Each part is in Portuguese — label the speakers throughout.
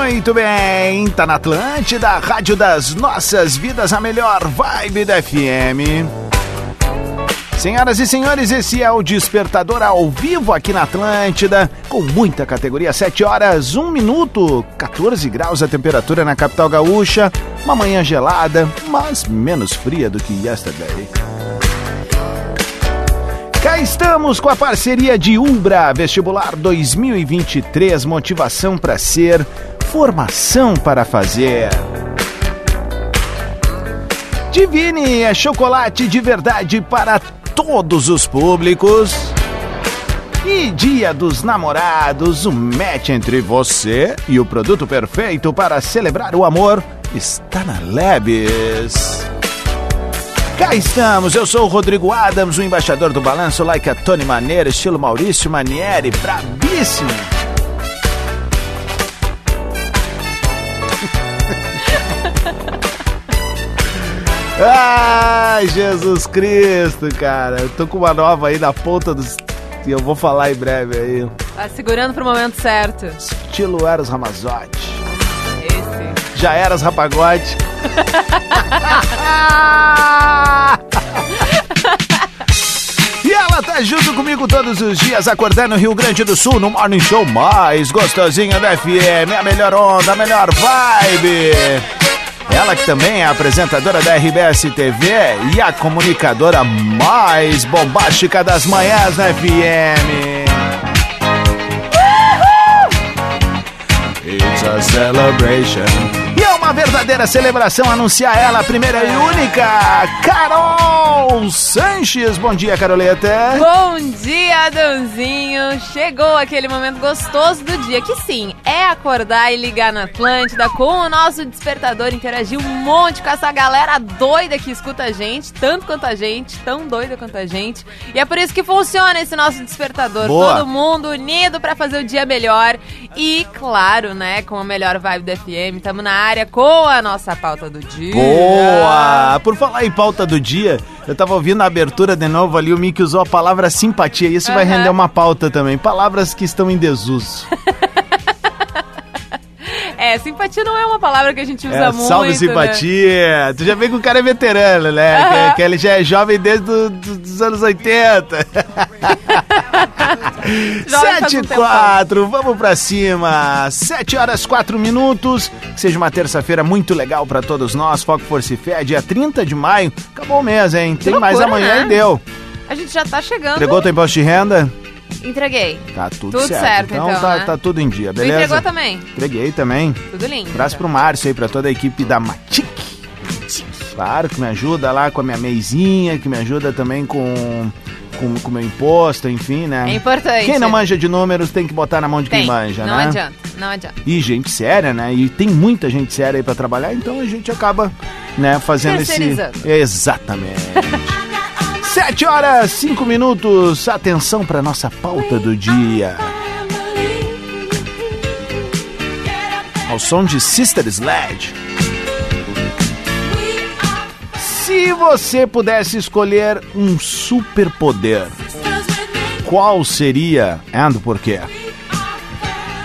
Speaker 1: Muito bem, tá na Atlântida, a Rádio das Nossas Vidas, a melhor vibe da FM. Senhoras e senhores, esse é o Despertador ao vivo aqui na Atlântida, com muita categoria, 7 horas, 1 minuto, 14 graus a temperatura na capital gaúcha, uma manhã gelada, mas menos fria do que yesterday. Cá estamos com a parceria de Umbra Vestibular 2023, motivação para ser, formação para fazer. Divine é chocolate de verdade para todos os públicos. E Dia dos Namorados, o match entre você e o produto perfeito para celebrar o amor está na Labs. Cá estamos, eu sou o Rodrigo Adams, o embaixador do balanço, like a Tony Maneiro, estilo Maurício Manieri, brabíssimo. Ai, Jesus Cristo, cara. Eu tô com uma nova aí na ponta dos. E eu vou falar em breve aí.
Speaker 2: Tá segurando pro momento certo.
Speaker 1: Estilo Eros Ramazotti.
Speaker 2: Esse.
Speaker 1: Já eras rapagote. E ela tá junto comigo todos os dias, acordando no Rio Grande do Sul, no Morning Show mais gostosinha da FM, a melhor onda, a melhor vibe. Ela que também é apresentadora da RBS TV e a comunicadora mais bombástica das manhãs da FM. It's a celebration. E é uma verdadeira celebração anunciar ela, a primeira e única, Carol Sanches. Bom dia, Caroleta.
Speaker 2: Bom dia, Adãozinho! Chegou aquele momento gostoso do dia, que sim, é acordar e ligar na Atlântida com o nosso despertador, interagir um monte com essa galera doida que escuta a gente, tanto quanto a gente, tão doida quanto a gente. E é por isso que funciona esse nosso despertador.
Speaker 1: Boa.
Speaker 2: Todo mundo unido pra fazer o dia melhor. E, claro, né, com a melhor vibe da FM, tamo na área com a nossa pauta do dia.
Speaker 1: Boa! Por falar em pauta do dia, eu tava ouvindo a abertura de novo ali, o Mickey usou a palavra simpatia. Isso vai
Speaker 2: Aham.
Speaker 1: render uma pauta também. Palavras que estão em desuso.
Speaker 2: É, simpatia não é uma palavra que a gente usa
Speaker 1: É,
Speaker 2: muito.
Speaker 1: salve
Speaker 2: né?
Speaker 1: simpatia! Tu já vê que o cara é veterano, né?
Speaker 2: Aham.
Speaker 1: Que, que ele já é jovem desde do- do- os anos 80.
Speaker 2: Jovem faz
Speaker 1: 7
Speaker 2: um
Speaker 1: e 4, vamos pra cima. 7 horas 4 minutos. Que seja uma terça-feira muito legal pra todos nós. Foco Força e Fé, dia 30 de maio. Acabou o mês, hein? Tem mais
Speaker 2: loucura,
Speaker 1: amanhã
Speaker 2: né?
Speaker 1: e deu.
Speaker 2: A gente já tá chegando.
Speaker 1: Entregou teu imposto de renda?
Speaker 2: Entreguei.
Speaker 1: Tá tudo,
Speaker 2: Tudo certo,
Speaker 1: Então,
Speaker 2: então,
Speaker 1: tá,
Speaker 2: né?
Speaker 1: tá tudo em dia,
Speaker 2: Tu
Speaker 1: beleza?
Speaker 2: entregou também.
Speaker 1: Entreguei também.
Speaker 2: Tudo lindo.
Speaker 1: Abraço pro Márcio aí, pra toda a equipe da Matic. Claro, que me ajuda lá com a minha meizinha, que me ajuda também com com com o meu imposto, enfim, né?
Speaker 2: É importante.
Speaker 1: Quem não manja de números tem que botar na mão de
Speaker 2: Tem.
Speaker 1: quem manja,
Speaker 2: não
Speaker 1: né?
Speaker 2: adianta, não adianta.
Speaker 1: E gente séria, né? E tem muita gente séria aí pra trabalhar, então a gente acaba, né, fazendo esse.
Speaker 2: Terceirizando.
Speaker 1: Exatamente. Sete horas, cinco minutos. Atenção pra nossa pauta do dia. Ao som de Sister Sledge. Se você pudesse escolher um superpoder, qual seria and por quê?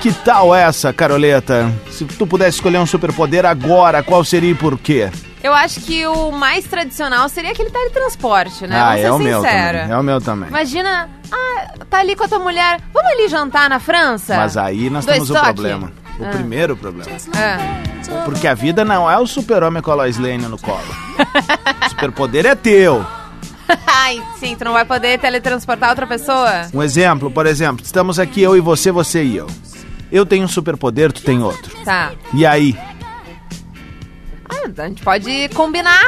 Speaker 1: Que tal essa, Caroleta? Se tu pudesse escolher um superpoder agora, qual seria e por quê?
Speaker 2: Eu acho que o mais tradicional seria aquele teletransporte, né?
Speaker 1: ah,
Speaker 2: Vamos ser
Speaker 1: é o meu
Speaker 2: sincera.
Speaker 1: também. É o meu também. Mas,
Speaker 2: Imagina, ah, tá ali com a tua mulher, vamos ali jantar na França?
Speaker 1: aí nós
Speaker 2: tá. Dois
Speaker 1: temos o
Speaker 2: toques.
Speaker 1: problema. O
Speaker 2: Ah.
Speaker 1: primeiro problema.
Speaker 2: Ah,
Speaker 1: Porque a vida não é o super-homem com a Lois Lane no colo. o superpoder é teu.
Speaker 2: Ai, sim, tu não vai poder teletransportar outra pessoa?
Speaker 1: Um exemplo, por exemplo, estamos aqui eu e você, você e eu. Eu tenho um superpoder, tu tem outro.
Speaker 2: Tá.
Speaker 1: E aí?
Speaker 2: Ah, a gente pode combinar.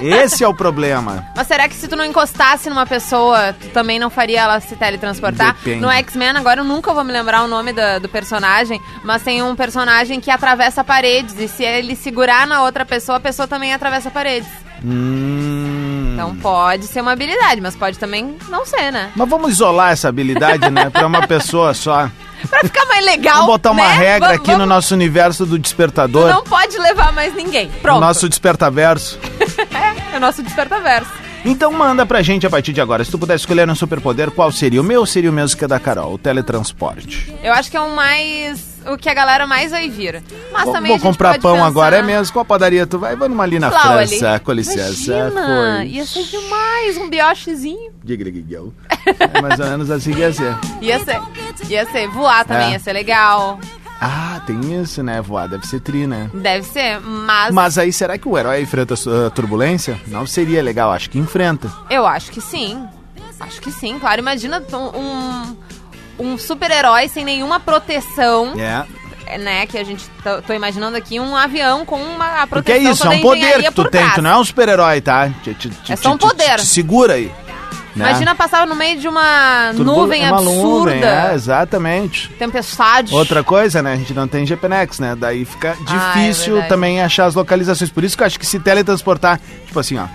Speaker 1: Esse é o problema.
Speaker 2: Mas será que se tu não encostasse numa pessoa, tu também não faria ela se teletransportar?
Speaker 1: Depende.
Speaker 2: No X-Men, agora eu nunca vou me lembrar o nome da- do personagem, mas tem um personagem que atravessa paredes. E se ele segurar na outra pessoa, a pessoa também atravessa paredes.
Speaker 1: Hum.
Speaker 2: Então pode ser uma habilidade, mas pode também não ser, né?
Speaker 1: Mas vamos isolar essa habilidade, né? Pra uma pessoa só.
Speaker 2: Pra ficar mais legal.
Speaker 1: Vamos botar uma
Speaker 2: né?
Speaker 1: regra
Speaker 2: Vam-
Speaker 1: aqui no
Speaker 2: vamos-
Speaker 1: nosso universo do
Speaker 2: Tu
Speaker 1: despertador.
Speaker 2: não pode levar mais ninguém.
Speaker 1: no
Speaker 2: Pronto.
Speaker 1: nosso despertaverso.
Speaker 2: É, é o nosso despertaverso.
Speaker 1: Então manda pra gente a partir de agora. Se tu pudesse escolher um superpoder, qual seria? O meu seria o mesmo que a da Carol, o teletransporte.
Speaker 2: Eu acho que é o mais. o que a galera mais vai vir. Mas
Speaker 1: Vou,
Speaker 2: também a
Speaker 1: vou
Speaker 2: gente
Speaker 1: comprar
Speaker 2: pode
Speaker 1: pão
Speaker 2: pensar-
Speaker 1: agora, é mesmo? Qual padaria tu vai? Vamos ali na
Speaker 2: Flau ali.
Speaker 1: França, com licença.
Speaker 2: Imagina,
Speaker 1: Foi.
Speaker 2: ia ser demais, um briochezinho.
Speaker 1: Digriguigueu. É mais ou menos assim que ia ser.
Speaker 2: Ia ser, ia ser voar também,
Speaker 1: É.
Speaker 2: ia ser legal.
Speaker 1: Ah, tem isso, né? Voar deve ser tri, né?
Speaker 2: Deve ser, mas,
Speaker 1: Mas aí, será que o herói enfrenta a turbulência? Não seria legal, acho que enfrenta.
Speaker 2: eu acho que sim. Acho que sim, claro. Imagina um, um super-herói sem nenhuma proteção,
Speaker 1: É.
Speaker 2: né? Que a gente, tá- tô imaginando aqui, um avião com uma a
Speaker 1: Porque
Speaker 2: proteção
Speaker 1: é isso, é
Speaker 2: toda
Speaker 1: um poder
Speaker 2: engenharia
Speaker 1: que tu
Speaker 2: por
Speaker 1: tem,
Speaker 2: trás.
Speaker 1: tu não é um super-herói, tá? Te- te- te-
Speaker 2: É só um
Speaker 1: te- te-
Speaker 2: poder.
Speaker 1: te segura aí. né?
Speaker 2: Imagina passar no meio de uma
Speaker 1: Turbu-
Speaker 2: nuvem
Speaker 1: é uma nuvem,
Speaker 2: absurda,
Speaker 1: é, exatamente.
Speaker 2: tempestade.
Speaker 1: Outra coisa, né? A gente não tem GPNX, né? Daí fica
Speaker 2: Ah, é
Speaker 1: difícil
Speaker 2: verdade.
Speaker 1: também achar as localizações. Por isso que eu acho que se teletransportar, tipo assim, ó.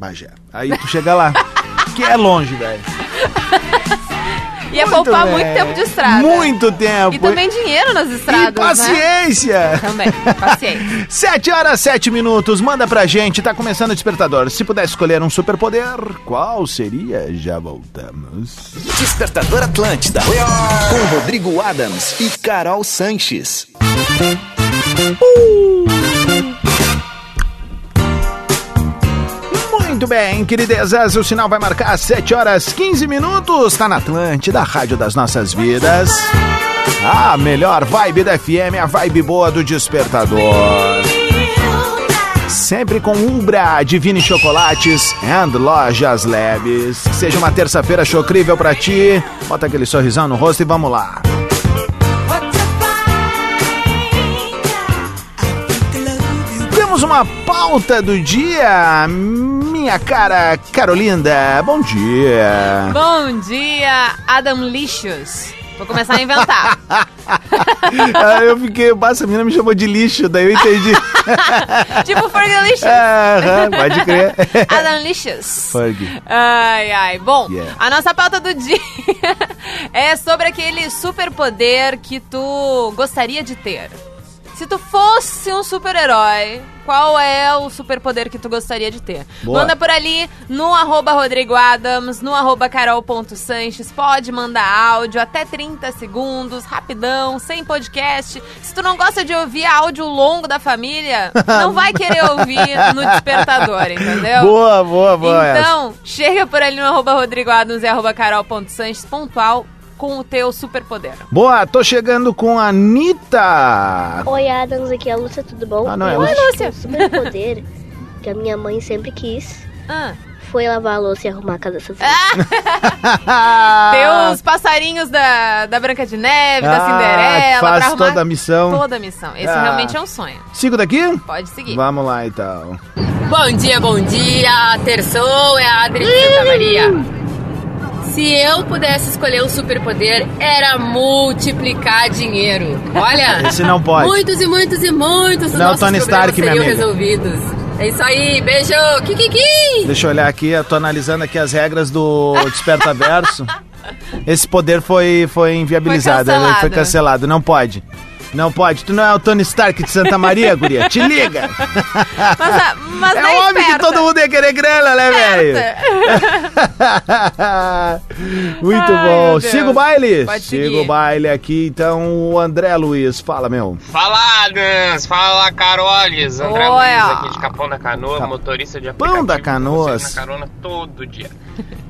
Speaker 1: Bagé. Aí tu chega lá. que é longe, velho.
Speaker 2: Ia é poupar
Speaker 1: Muito,
Speaker 2: muito
Speaker 1: velho.
Speaker 2: tempo de estrada.
Speaker 1: é. Muito tempo.
Speaker 2: E também dinheiro nas
Speaker 1: E
Speaker 2: estradas, né?
Speaker 1: paciência!
Speaker 2: Também, paciência.
Speaker 1: 7 horas, 7 minutos, manda pra gente, tá começando o despertador. Se pudesse escolher um superpoder, qual seria? Já voltamos.
Speaker 3: Despertador Atlântida. Com Rodrigo Adams e Carol Sanches.
Speaker 1: Uh! Muito bem, queridezas, o sinal vai marcar às 7 horas 15 minutos, tá na Atlântida, a rádio das nossas vidas. A melhor vibe da FM, a vibe boa do despertador. Sempre com Umbra, Divine Chocolates and Lojas Labs. Que seja uma terça-feira chocrível pra ti. Bota aquele sorrisão no rosto e vamos lá. Temos uma pauta do dia, minha cara Carolinda. Bom dia.
Speaker 2: Bom dia, Adam Lixos. Vou começar a inventar.
Speaker 1: Ah, eu fiquei, basta, a menina me chamou de lixo, daí eu entendi.
Speaker 2: tipo Ferg
Speaker 1: É.
Speaker 2: Lixos.
Speaker 1: Aham, pode crer.
Speaker 2: Adam Lixos.
Speaker 1: Ferg.
Speaker 2: Ai, ai. Bom,
Speaker 1: Yeah.
Speaker 2: a nossa pauta do dia é sobre aquele superpoder que tu gostaria de ter. Se tu fosse um super-herói, qual é o superpoder que tu gostaria de ter?
Speaker 1: Boa.
Speaker 2: Manda por ali no arroba Rodrigo Adams, no arroba carol.sanches. Pode mandar áudio até 30 segundos, rapidão, sem podcast. Se tu não gosta de ouvir áudio longo da família, não vai querer ouvir no despertador, entendeu?
Speaker 1: Boa, boa, boa. essa.
Speaker 2: Então, chega por ali no arroba Rodrigo Adams e arroba carol.sanches pontual com o teu superpoder.
Speaker 1: Boa, tô chegando com a Anitta.
Speaker 4: Oi, Adams, aqui é a Lúcia, tudo bom?
Speaker 1: Ah, não, é
Speaker 4: Eu
Speaker 1: Lúcia.
Speaker 4: acho que o superpoder que a minha mãe sempre quis
Speaker 2: Ah,
Speaker 4: foi lavar a louça e arrumar a casa sozinha.
Speaker 2: teus passarinhos da, da Branca de Neve, da
Speaker 1: Ah,
Speaker 2: Cinderela, pra
Speaker 1: Faz
Speaker 2: arrumar
Speaker 1: toda a missão.
Speaker 2: toda a missão. Esse
Speaker 1: Ah.
Speaker 2: realmente é um sonho.
Speaker 1: Sigo daqui?
Speaker 2: Pode seguir.
Speaker 1: Vamos lá então.
Speaker 5: Bom dia, bom dia, Terçou, é a Adri de Santa Maria. Se eu pudesse escolher um superpoder, era multiplicar dinheiro. Olha,
Speaker 1: Esse não pode.
Speaker 5: muitos e muitos e muitos dos
Speaker 1: Não,
Speaker 5: nossos
Speaker 1: Tony
Speaker 5: problemas
Speaker 1: Stark, minha
Speaker 5: seriam
Speaker 1: amiga.
Speaker 5: resolvidos. É isso aí, beijo, kikiki!
Speaker 1: Deixa eu olhar aqui, eu tô analisando aqui as regras do Desperta Verso. Esse poder foi, foi inviabilizado,
Speaker 2: Foi
Speaker 1: ele foi
Speaker 2: cancelado.
Speaker 1: cancelado, não pode. Não pode, tu não é o Tony Stark de Santa Maria, guria, te liga.
Speaker 2: Mas, a- mas
Speaker 1: É
Speaker 2: não é
Speaker 1: óbvio que
Speaker 2: esperta.
Speaker 1: todo mundo ia querer grana, né, velho? Muito
Speaker 2: Ai,
Speaker 1: bom.
Speaker 2: meu Deus.
Speaker 1: Siga o baile.
Speaker 2: Pode
Speaker 1: Siga
Speaker 2: seguir.
Speaker 1: o baile aqui, então, o André Luiz, fala, meu.
Speaker 6: Fala, Adams! Fala, Carolis! André
Speaker 2: Oi,
Speaker 6: Luiz
Speaker 2: ó.
Speaker 6: aqui de Capão da Canoa, motorista de
Speaker 1: Capão
Speaker 6: aplicativo.
Speaker 1: da Canoas.
Speaker 6: vocês na carona todo dia.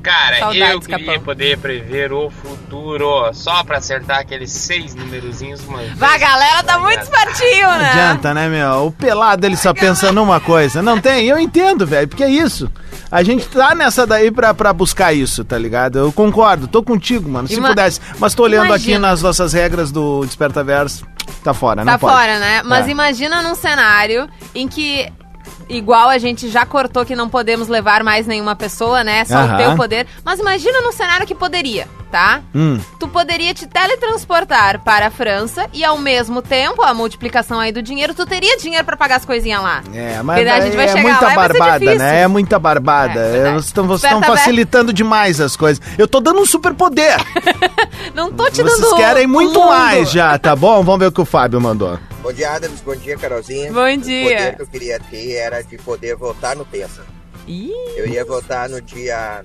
Speaker 6: Cara,
Speaker 2: Saudades,
Speaker 6: eu queria
Speaker 2: Capão.
Speaker 6: poder prever o futuro só pra acertar aqueles seis numerozinhos, mano.
Speaker 2: Vai, a galera tá muito espertinho,
Speaker 1: Não
Speaker 2: né?
Speaker 1: adianta, né, meu? O pelado ele só pensa numa coisa. Não tem? Eu entendo, velho, porque é isso. A gente tá nessa daí pra, pra buscar isso, tá ligado? Eu concordo, tô contigo, mano. Se
Speaker 2: Ima-
Speaker 1: pudesse. Mas tô olhando aqui
Speaker 2: Imagina.
Speaker 1: nas nossas regras do Desperta Verso. Tá fora,
Speaker 2: Tá
Speaker 1: não pode.
Speaker 2: fora, né? Mas
Speaker 1: É.
Speaker 2: imagina num cenário em que igual a gente já cortou que não podemos levar mais nenhuma pessoa, né? Só
Speaker 1: Aham.
Speaker 2: o teu poder. Mas imagina num cenário que poderia, tá?
Speaker 1: Hum.
Speaker 2: Tu poderia te teletransportar para a França e ao mesmo tempo, a multiplicação aí do dinheiro, tu teria dinheiro pra pagar as coisinhas lá.
Speaker 1: É, mas
Speaker 2: Verdade, a gente vai
Speaker 1: é
Speaker 2: chegar
Speaker 1: muita
Speaker 2: lá e vai ser
Speaker 1: barbada,
Speaker 2: difícil.
Speaker 1: né? É muita barbada.
Speaker 2: É, verdade.
Speaker 1: vocês estão, vocês
Speaker 2: Desperta
Speaker 1: estão
Speaker 2: aberto.
Speaker 1: facilitando demais as coisas. Eu tô dando um superpoder.
Speaker 2: Não tô te dando um
Speaker 1: Vocês querem muito
Speaker 2: mundo.
Speaker 1: mais já, tá bom? Vamos ver o que o Fábio mandou.
Speaker 7: Bom dia, Adams. Bom dia, Carolzinha.
Speaker 2: Bom
Speaker 7: O poder
Speaker 2: dia.
Speaker 7: que eu queria ter era de poder voltar no tempo.
Speaker 2: Ih,
Speaker 7: Eu ia votar no dia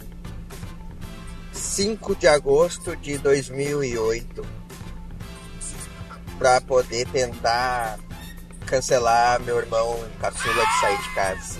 Speaker 7: 5 de agosto de 2008 para poder tentar cancelar meu irmão caçula de sair de casa.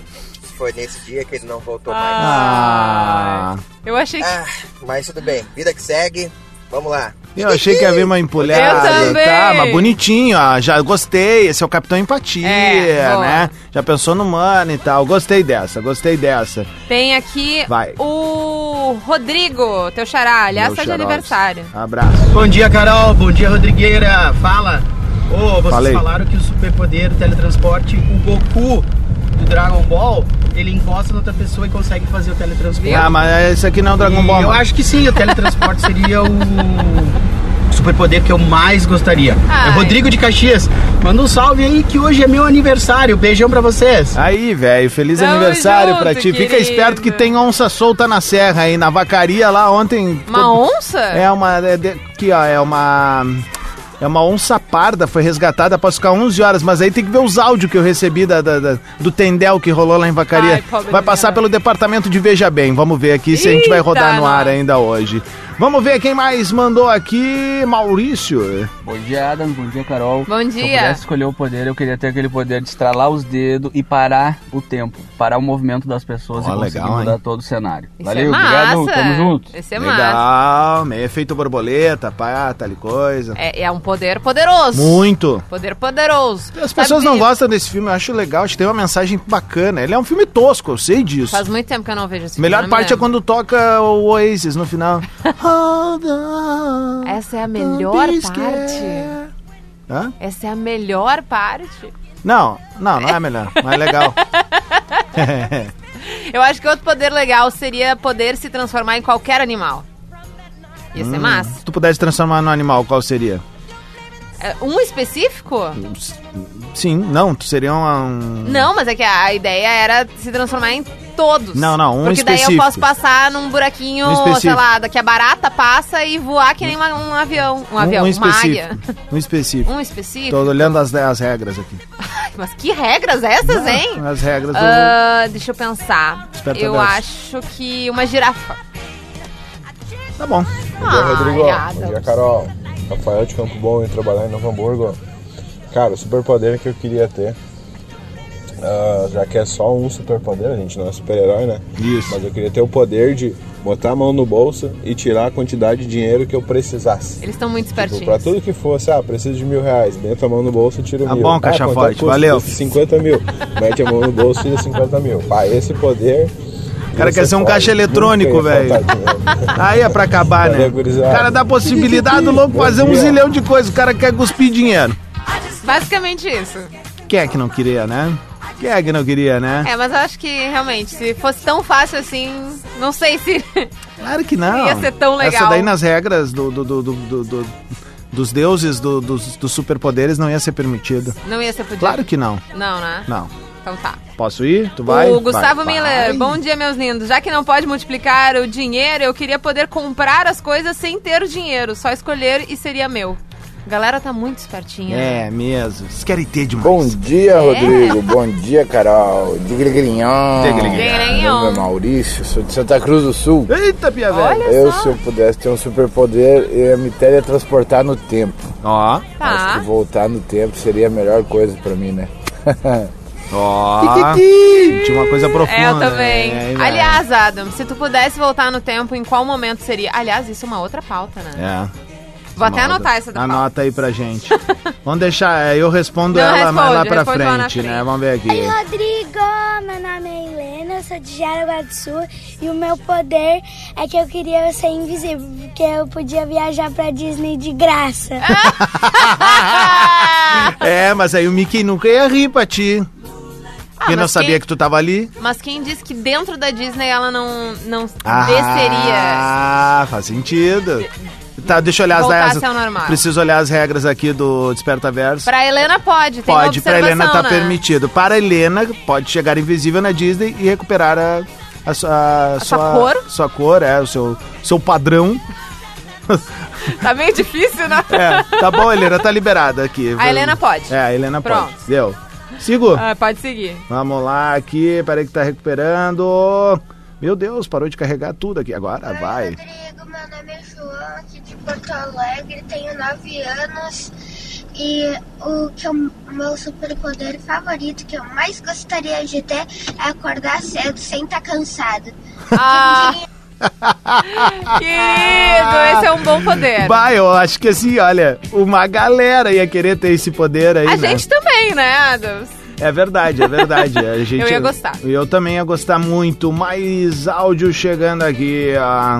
Speaker 7: Foi nesse dia que ele não voltou mais.
Speaker 1: Ah,
Speaker 2: eu achei que
Speaker 7: Ah, mas tudo bem, vida que segue. Vamos lá.
Speaker 1: eu achei que ia vir uma empolhada,
Speaker 2: Eu também.
Speaker 1: tá? Mas bonitinho, ó, já gostei. Esse é o Capitão Empatia,
Speaker 2: É, boa.
Speaker 1: né? Já pensou no mano e tal. Gostei dessa, gostei dessa.
Speaker 2: tem aqui
Speaker 1: Vai.
Speaker 2: o Rodrigo, teu xará. Aliás,
Speaker 1: Meu
Speaker 2: tá de
Speaker 1: xarope.
Speaker 2: aniversário.
Speaker 1: Abraço.
Speaker 8: Bom dia, Carol. Bom dia, Rodrigueira. Fala. Ô, vocês
Speaker 1: Falei.
Speaker 8: falaram que o superpoder do teletransporte, o Goku do Dragon Ball, ele encosta na outra pessoa e consegue fazer o teletransporte.
Speaker 1: Ah, mas esse aqui não é o Dragon
Speaker 8: E
Speaker 1: Ball.
Speaker 8: Eu
Speaker 1: mano.
Speaker 8: acho que sim, o teletransporte seria o superpoder que eu mais gostaria.
Speaker 2: Ai.
Speaker 8: É Rodrigo de Caxias. Manda um salve aí que hoje é meu aniversário. Beijão pra vocês.
Speaker 1: Aí, velho, feliz
Speaker 2: Tamo
Speaker 1: aniversário pra ti.
Speaker 2: junto,
Speaker 1: Fica esperto que
Speaker 2: querido.
Speaker 1: tem onça solta na serra aí, na vacaria lá ontem.
Speaker 2: Uma onça?
Speaker 1: É uma. É de- aqui, ó, é uma. É uma onça parda, foi resgatada após ficar 11 horas, mas aí tem que ver os áudios que eu recebi da, da- da- do tendel que rolou lá em Vacaria.
Speaker 2: Ai, pobre
Speaker 1: vai passar
Speaker 2: dela.
Speaker 1: pelo departamento de Veja Bem, vamos ver aqui se a gente vai
Speaker 2: Eita,
Speaker 1: rodar no ar
Speaker 2: nós.
Speaker 1: ainda hoje. Vamos ver quem mais mandou aqui, Maurício.
Speaker 9: Bom dia, Adam. Bom dia, Carol.
Speaker 2: Bom
Speaker 9: Se
Speaker 2: dia.
Speaker 9: eu pudesse escolher o poder, eu queria ter aquele poder de estralar os dedos e parar o tempo, parar o movimento das pessoas
Speaker 1: Ó,
Speaker 9: e conseguir
Speaker 1: legal,
Speaker 9: mudar
Speaker 1: hein?
Speaker 9: todo o cenário.
Speaker 2: Isso
Speaker 9: Valeu,
Speaker 2: é massa.
Speaker 9: obrigado, tamo junto.
Speaker 2: Esse é massa.
Speaker 1: Legal, meio efeito borboleta, pá, tal e coisa.
Speaker 2: É, é um poder poderoso.
Speaker 1: Muito.
Speaker 2: Poder poderoso.
Speaker 1: As
Speaker 2: Sabe
Speaker 1: pessoas não
Speaker 2: que
Speaker 1: gostam desse filme, eu acho legal, acho que tem uma mensagem bacana. Ele é um filme tosco, eu sei disso.
Speaker 2: Faz muito tempo que eu não vejo esse né? filme,
Speaker 1: Melhor
Speaker 2: não me
Speaker 1: parte é
Speaker 2: lembro.
Speaker 1: quando toca o Oasis no final. Hold on,
Speaker 2: Essa é a
Speaker 1: don't
Speaker 2: melhor
Speaker 1: be
Speaker 2: parte.
Speaker 1: scared. Hã?
Speaker 2: Essa é a melhor parte.
Speaker 1: Não, não, não é a melhor, mas é legal.
Speaker 2: Eu acho que outro poder legal seria poder se transformar em qualquer animal. Ia ser massa.
Speaker 1: Se tu pudesse transformar num animal, qual seria?
Speaker 2: É, Um específico?
Speaker 1: Sim, não, tu seria um. um-
Speaker 2: Não, mas é que a a ideia era se transformar em todos.
Speaker 1: Não, não, um
Speaker 2: Porque daí eu
Speaker 1: específico.
Speaker 2: posso passar num buraquinho,
Speaker 1: Um específico.
Speaker 2: sei lá, que a barata passa e voar que nem uma- um avião. Um avião, uma águia.
Speaker 1: Um específico.
Speaker 2: Um específico?
Speaker 1: Tô olhando as, as regras aqui.
Speaker 2: Ai, Mas que regras essas, hein?
Speaker 1: As regras do.
Speaker 2: Ah, deixa eu pensar.
Speaker 1: Desperta
Speaker 2: eu
Speaker 1: dessa.
Speaker 2: acho que uma girafa.
Speaker 1: Tá bom.
Speaker 7: Bom dia,
Speaker 2: Ah,
Speaker 7: Rodrigo.
Speaker 2: Adam.
Speaker 7: Bom dia, Carol. Rafael de Campo Bom e trabalhar em Novo Hamburgo. Cara, o superpoder que eu queria ter, ah, já que é só um superpoder, a gente não é super-herói, né?
Speaker 1: Isso.
Speaker 7: Mas eu queria ter o poder de botar a mão no bolso e tirar a quantidade de dinheiro que eu precisasse.
Speaker 2: Eles estão muito
Speaker 7: Tipo, pra
Speaker 2: espertinhos.
Speaker 7: tudo que fosse, ah, preciso de mil reais, mete a mão no bolso e tira
Speaker 1: Tá
Speaker 7: mil.
Speaker 1: bom,
Speaker 7: Ah,
Speaker 1: Caixa
Speaker 7: quanto é
Speaker 1: Forte,
Speaker 7: que custa?
Speaker 1: valeu.
Speaker 7: Custa 50 mil, mete a mão no bolso e tira 50 mil. Pá, esse poder...
Speaker 1: O cara quer ser um caixa eletrônico, velho.
Speaker 7: né?
Speaker 1: Aí é pra acabar, né?
Speaker 7: Valeu, gurizada.
Speaker 1: O cara dá a possibilidade do louco fazer um
Speaker 7: Bom dia.
Speaker 1: zilhão de coisas. O cara quer cuspir dinheiro.
Speaker 2: Basicamente isso.
Speaker 1: Quem é que não queria, né? Quem é que não queria, né?
Speaker 2: É, mas eu acho que realmente, se fosse tão fácil assim, não sei se.
Speaker 1: Claro que não.
Speaker 2: Ia ser tão legal.
Speaker 1: Essa daí nas regras do, do- do- do- do- do- dos deuses, do- dos, dos superpoderes, não ia ser permitido.
Speaker 2: não ia ser podido.
Speaker 1: Claro que não.
Speaker 2: Não, né?
Speaker 1: Não.
Speaker 2: Então tá.
Speaker 1: Posso ir? Tu vai?
Speaker 2: o Gustavo
Speaker 1: Vai,
Speaker 2: Miller, é
Speaker 1: vai.
Speaker 2: bom dia, meus lindos. Já que não pode multiplicar o dinheiro, eu queria poder comprar as coisas sem ter o dinheiro, só escolher e seria meu. Galera tá muito espertinha. né?
Speaker 1: É, mesmo. Vocês querem ter demais.
Speaker 10: Bom dia,
Speaker 2: Rodrigo.
Speaker 10: Rodrigo. Bom dia, Carol. De Gregrinhão.
Speaker 1: De Gregrinhão.
Speaker 2: Gregrinhão.
Speaker 10: Meu nome é Maurício, sou de Santa Cruz do Sul.
Speaker 1: Eita, pia velha.
Speaker 2: Olha
Speaker 10: Eu,
Speaker 2: só.
Speaker 10: se eu pudesse ter um superpoder, eu ia me teletransportar no tempo.
Speaker 1: Ó,
Speaker 10: Acho
Speaker 2: Tá.
Speaker 10: que voltar no tempo seria a melhor coisa pra mim, né?
Speaker 1: ó. Tinha uma coisa profunda.
Speaker 2: É, eu também.
Speaker 1: né? É,
Speaker 2: Aliás, Adam, se tu pudesse voltar no tempo, em qual momento seria? Aliás, isso é uma outra pauta, né?
Speaker 1: É.
Speaker 2: Vou até
Speaker 1: Moda.
Speaker 2: anotar essa da pauta.
Speaker 1: Anota aí pra gente. Vamos deixar, é, eu respondo
Speaker 2: Não,
Speaker 1: ela mais lá
Speaker 2: responde,
Speaker 1: pra
Speaker 2: responde
Speaker 1: frente,
Speaker 2: lá na
Speaker 1: né?
Speaker 2: frente.
Speaker 1: Vamos ver aqui.
Speaker 11: Oi, Rodrigo! Meu nome é Helena, eu sou de Jaraguá do Sul e o meu poder é que eu queria ser invisível, porque eu podia viajar pra Disney de
Speaker 4: Ah,
Speaker 11: graça.
Speaker 1: É, mas aí o Mickey nunca ia rir pra ti. Porque não
Speaker 2: Ah, mas
Speaker 1: sabia
Speaker 2: quem-
Speaker 1: que tu tava ali.
Speaker 2: Mas quem disse que dentro da Disney ela não, não desceria?
Speaker 1: Ah, faz sentido. Tá, deixa eu olhar as
Speaker 2: Voltasse
Speaker 1: regras.
Speaker 2: ao normal.
Speaker 1: Preciso olhar as regras aqui do Desperta Verso.
Speaker 2: Pra Helena pode, tem uma
Speaker 1: Pode, pra
Speaker 2: observação,
Speaker 1: Helena tá
Speaker 2: né?
Speaker 1: permitido. Para Helena, pode chegar invisível na Disney e recuperar a, a sua, a
Speaker 2: sua cor?
Speaker 1: Sua cor, é, o seu, seu padrão.
Speaker 2: Tá meio difícil, né?
Speaker 1: É, tá bom, Helena, tá liberada aqui.
Speaker 2: A Helena pode.
Speaker 1: É, a Helena
Speaker 2: Pronto.
Speaker 1: pode. Deu. Sigo?
Speaker 2: Ah, pode seguir.
Speaker 1: Vamos lá aqui, peraí que tá recuperando. Meu Deus, parou de carregar tudo aqui. Agora Ah, vai.
Speaker 4: Meu nome é João, aqui de Porto Alegre, tenho 9 anos e o que eu, o meu superpoder favorito que eu mais gostaria de ter é acordar cedo sem estar cansado.
Speaker 2: Ah. Querido, esse é um bom poder.
Speaker 1: Vai, eu acho que assim, olha, uma galera ia querer ter esse poder aí,
Speaker 2: A
Speaker 1: né?
Speaker 2: gente também, né, Adams?
Speaker 1: É verdade, é verdade. A gente,
Speaker 2: Eu ia gostar.
Speaker 1: Eu também ia gostar muito. Mais áudio chegando aqui. ó.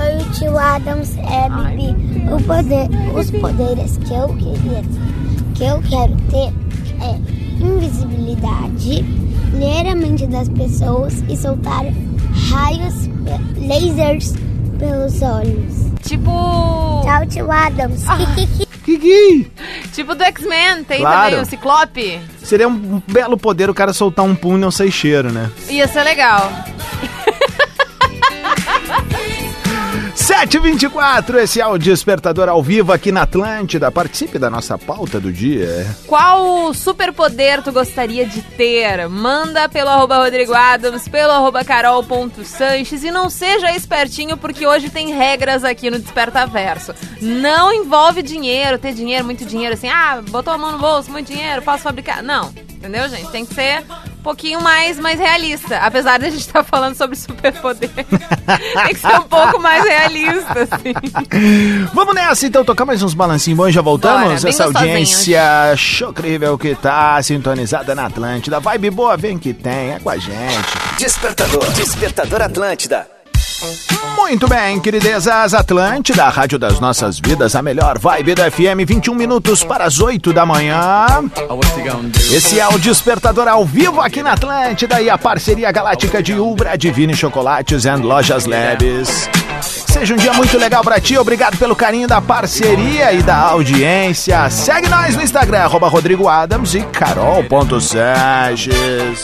Speaker 4: Oi, o tio Adams é Bibi. O poder, os poderes que eu queria ter, que eu quero ter é invisibilidade, ler a mente das pessoas e soltar raios pe- lasers pelos olhos.
Speaker 2: Tipo.
Speaker 4: Tchau, tio Adams.
Speaker 1: Kiki!
Speaker 2: Tipo do X-Men, tem
Speaker 1: Claro.
Speaker 2: também o Ciclope.
Speaker 1: Seria um belo poder o cara soltar um pum e não sair cheiro, né?
Speaker 2: Ia ser legal.
Speaker 1: 7h24, esse é o Despertador ao vivo aqui na Atlântida. Participe da nossa pauta do dia.
Speaker 2: Qual superpoder tu gostaria de ter? Manda pelo arroba Rodrigo Adams, pelo arroba carol.sanches e não seja espertinho porque hoje tem regras aqui no Despertaverso. Não envolve dinheiro, ter dinheiro, muito dinheiro, assim, ah, botou a mão no bolso, muito dinheiro, posso fabricar. Não, entendeu, gente? Tem que ser um pouquinho mais, mais realista. Apesar de a gente estar falando sobre superpoder, tem que ser um pouco mais realista, assim.
Speaker 1: Vamos nessa, então, tocar mais uns balancinhos bons, já
Speaker 2: Bora,
Speaker 1: voltamos.
Speaker 2: bem
Speaker 1: Essa
Speaker 2: gostosinho.
Speaker 1: audiência chocrível que tá sintonizada na Atlântida. Vibe boa, vem que tem, é com a gente.
Speaker 3: Despertador. Despertador Atlântida.
Speaker 1: Muito bem, queridezas Atlântida, a rádio das nossas vidas, a melhor vibe da FM, 21 minutos para as 8 da manhã. Esse é o Despertador ao vivo aqui na Atlântida e a parceria galáctica de Ubra Divine Chocolates and Lojas Labs. Seja um dia muito legal pra ti, obrigado pelo carinho da parceria e da audiência. Segue nós no Instagram, arroba Rodrigo Adams e carol.sanches.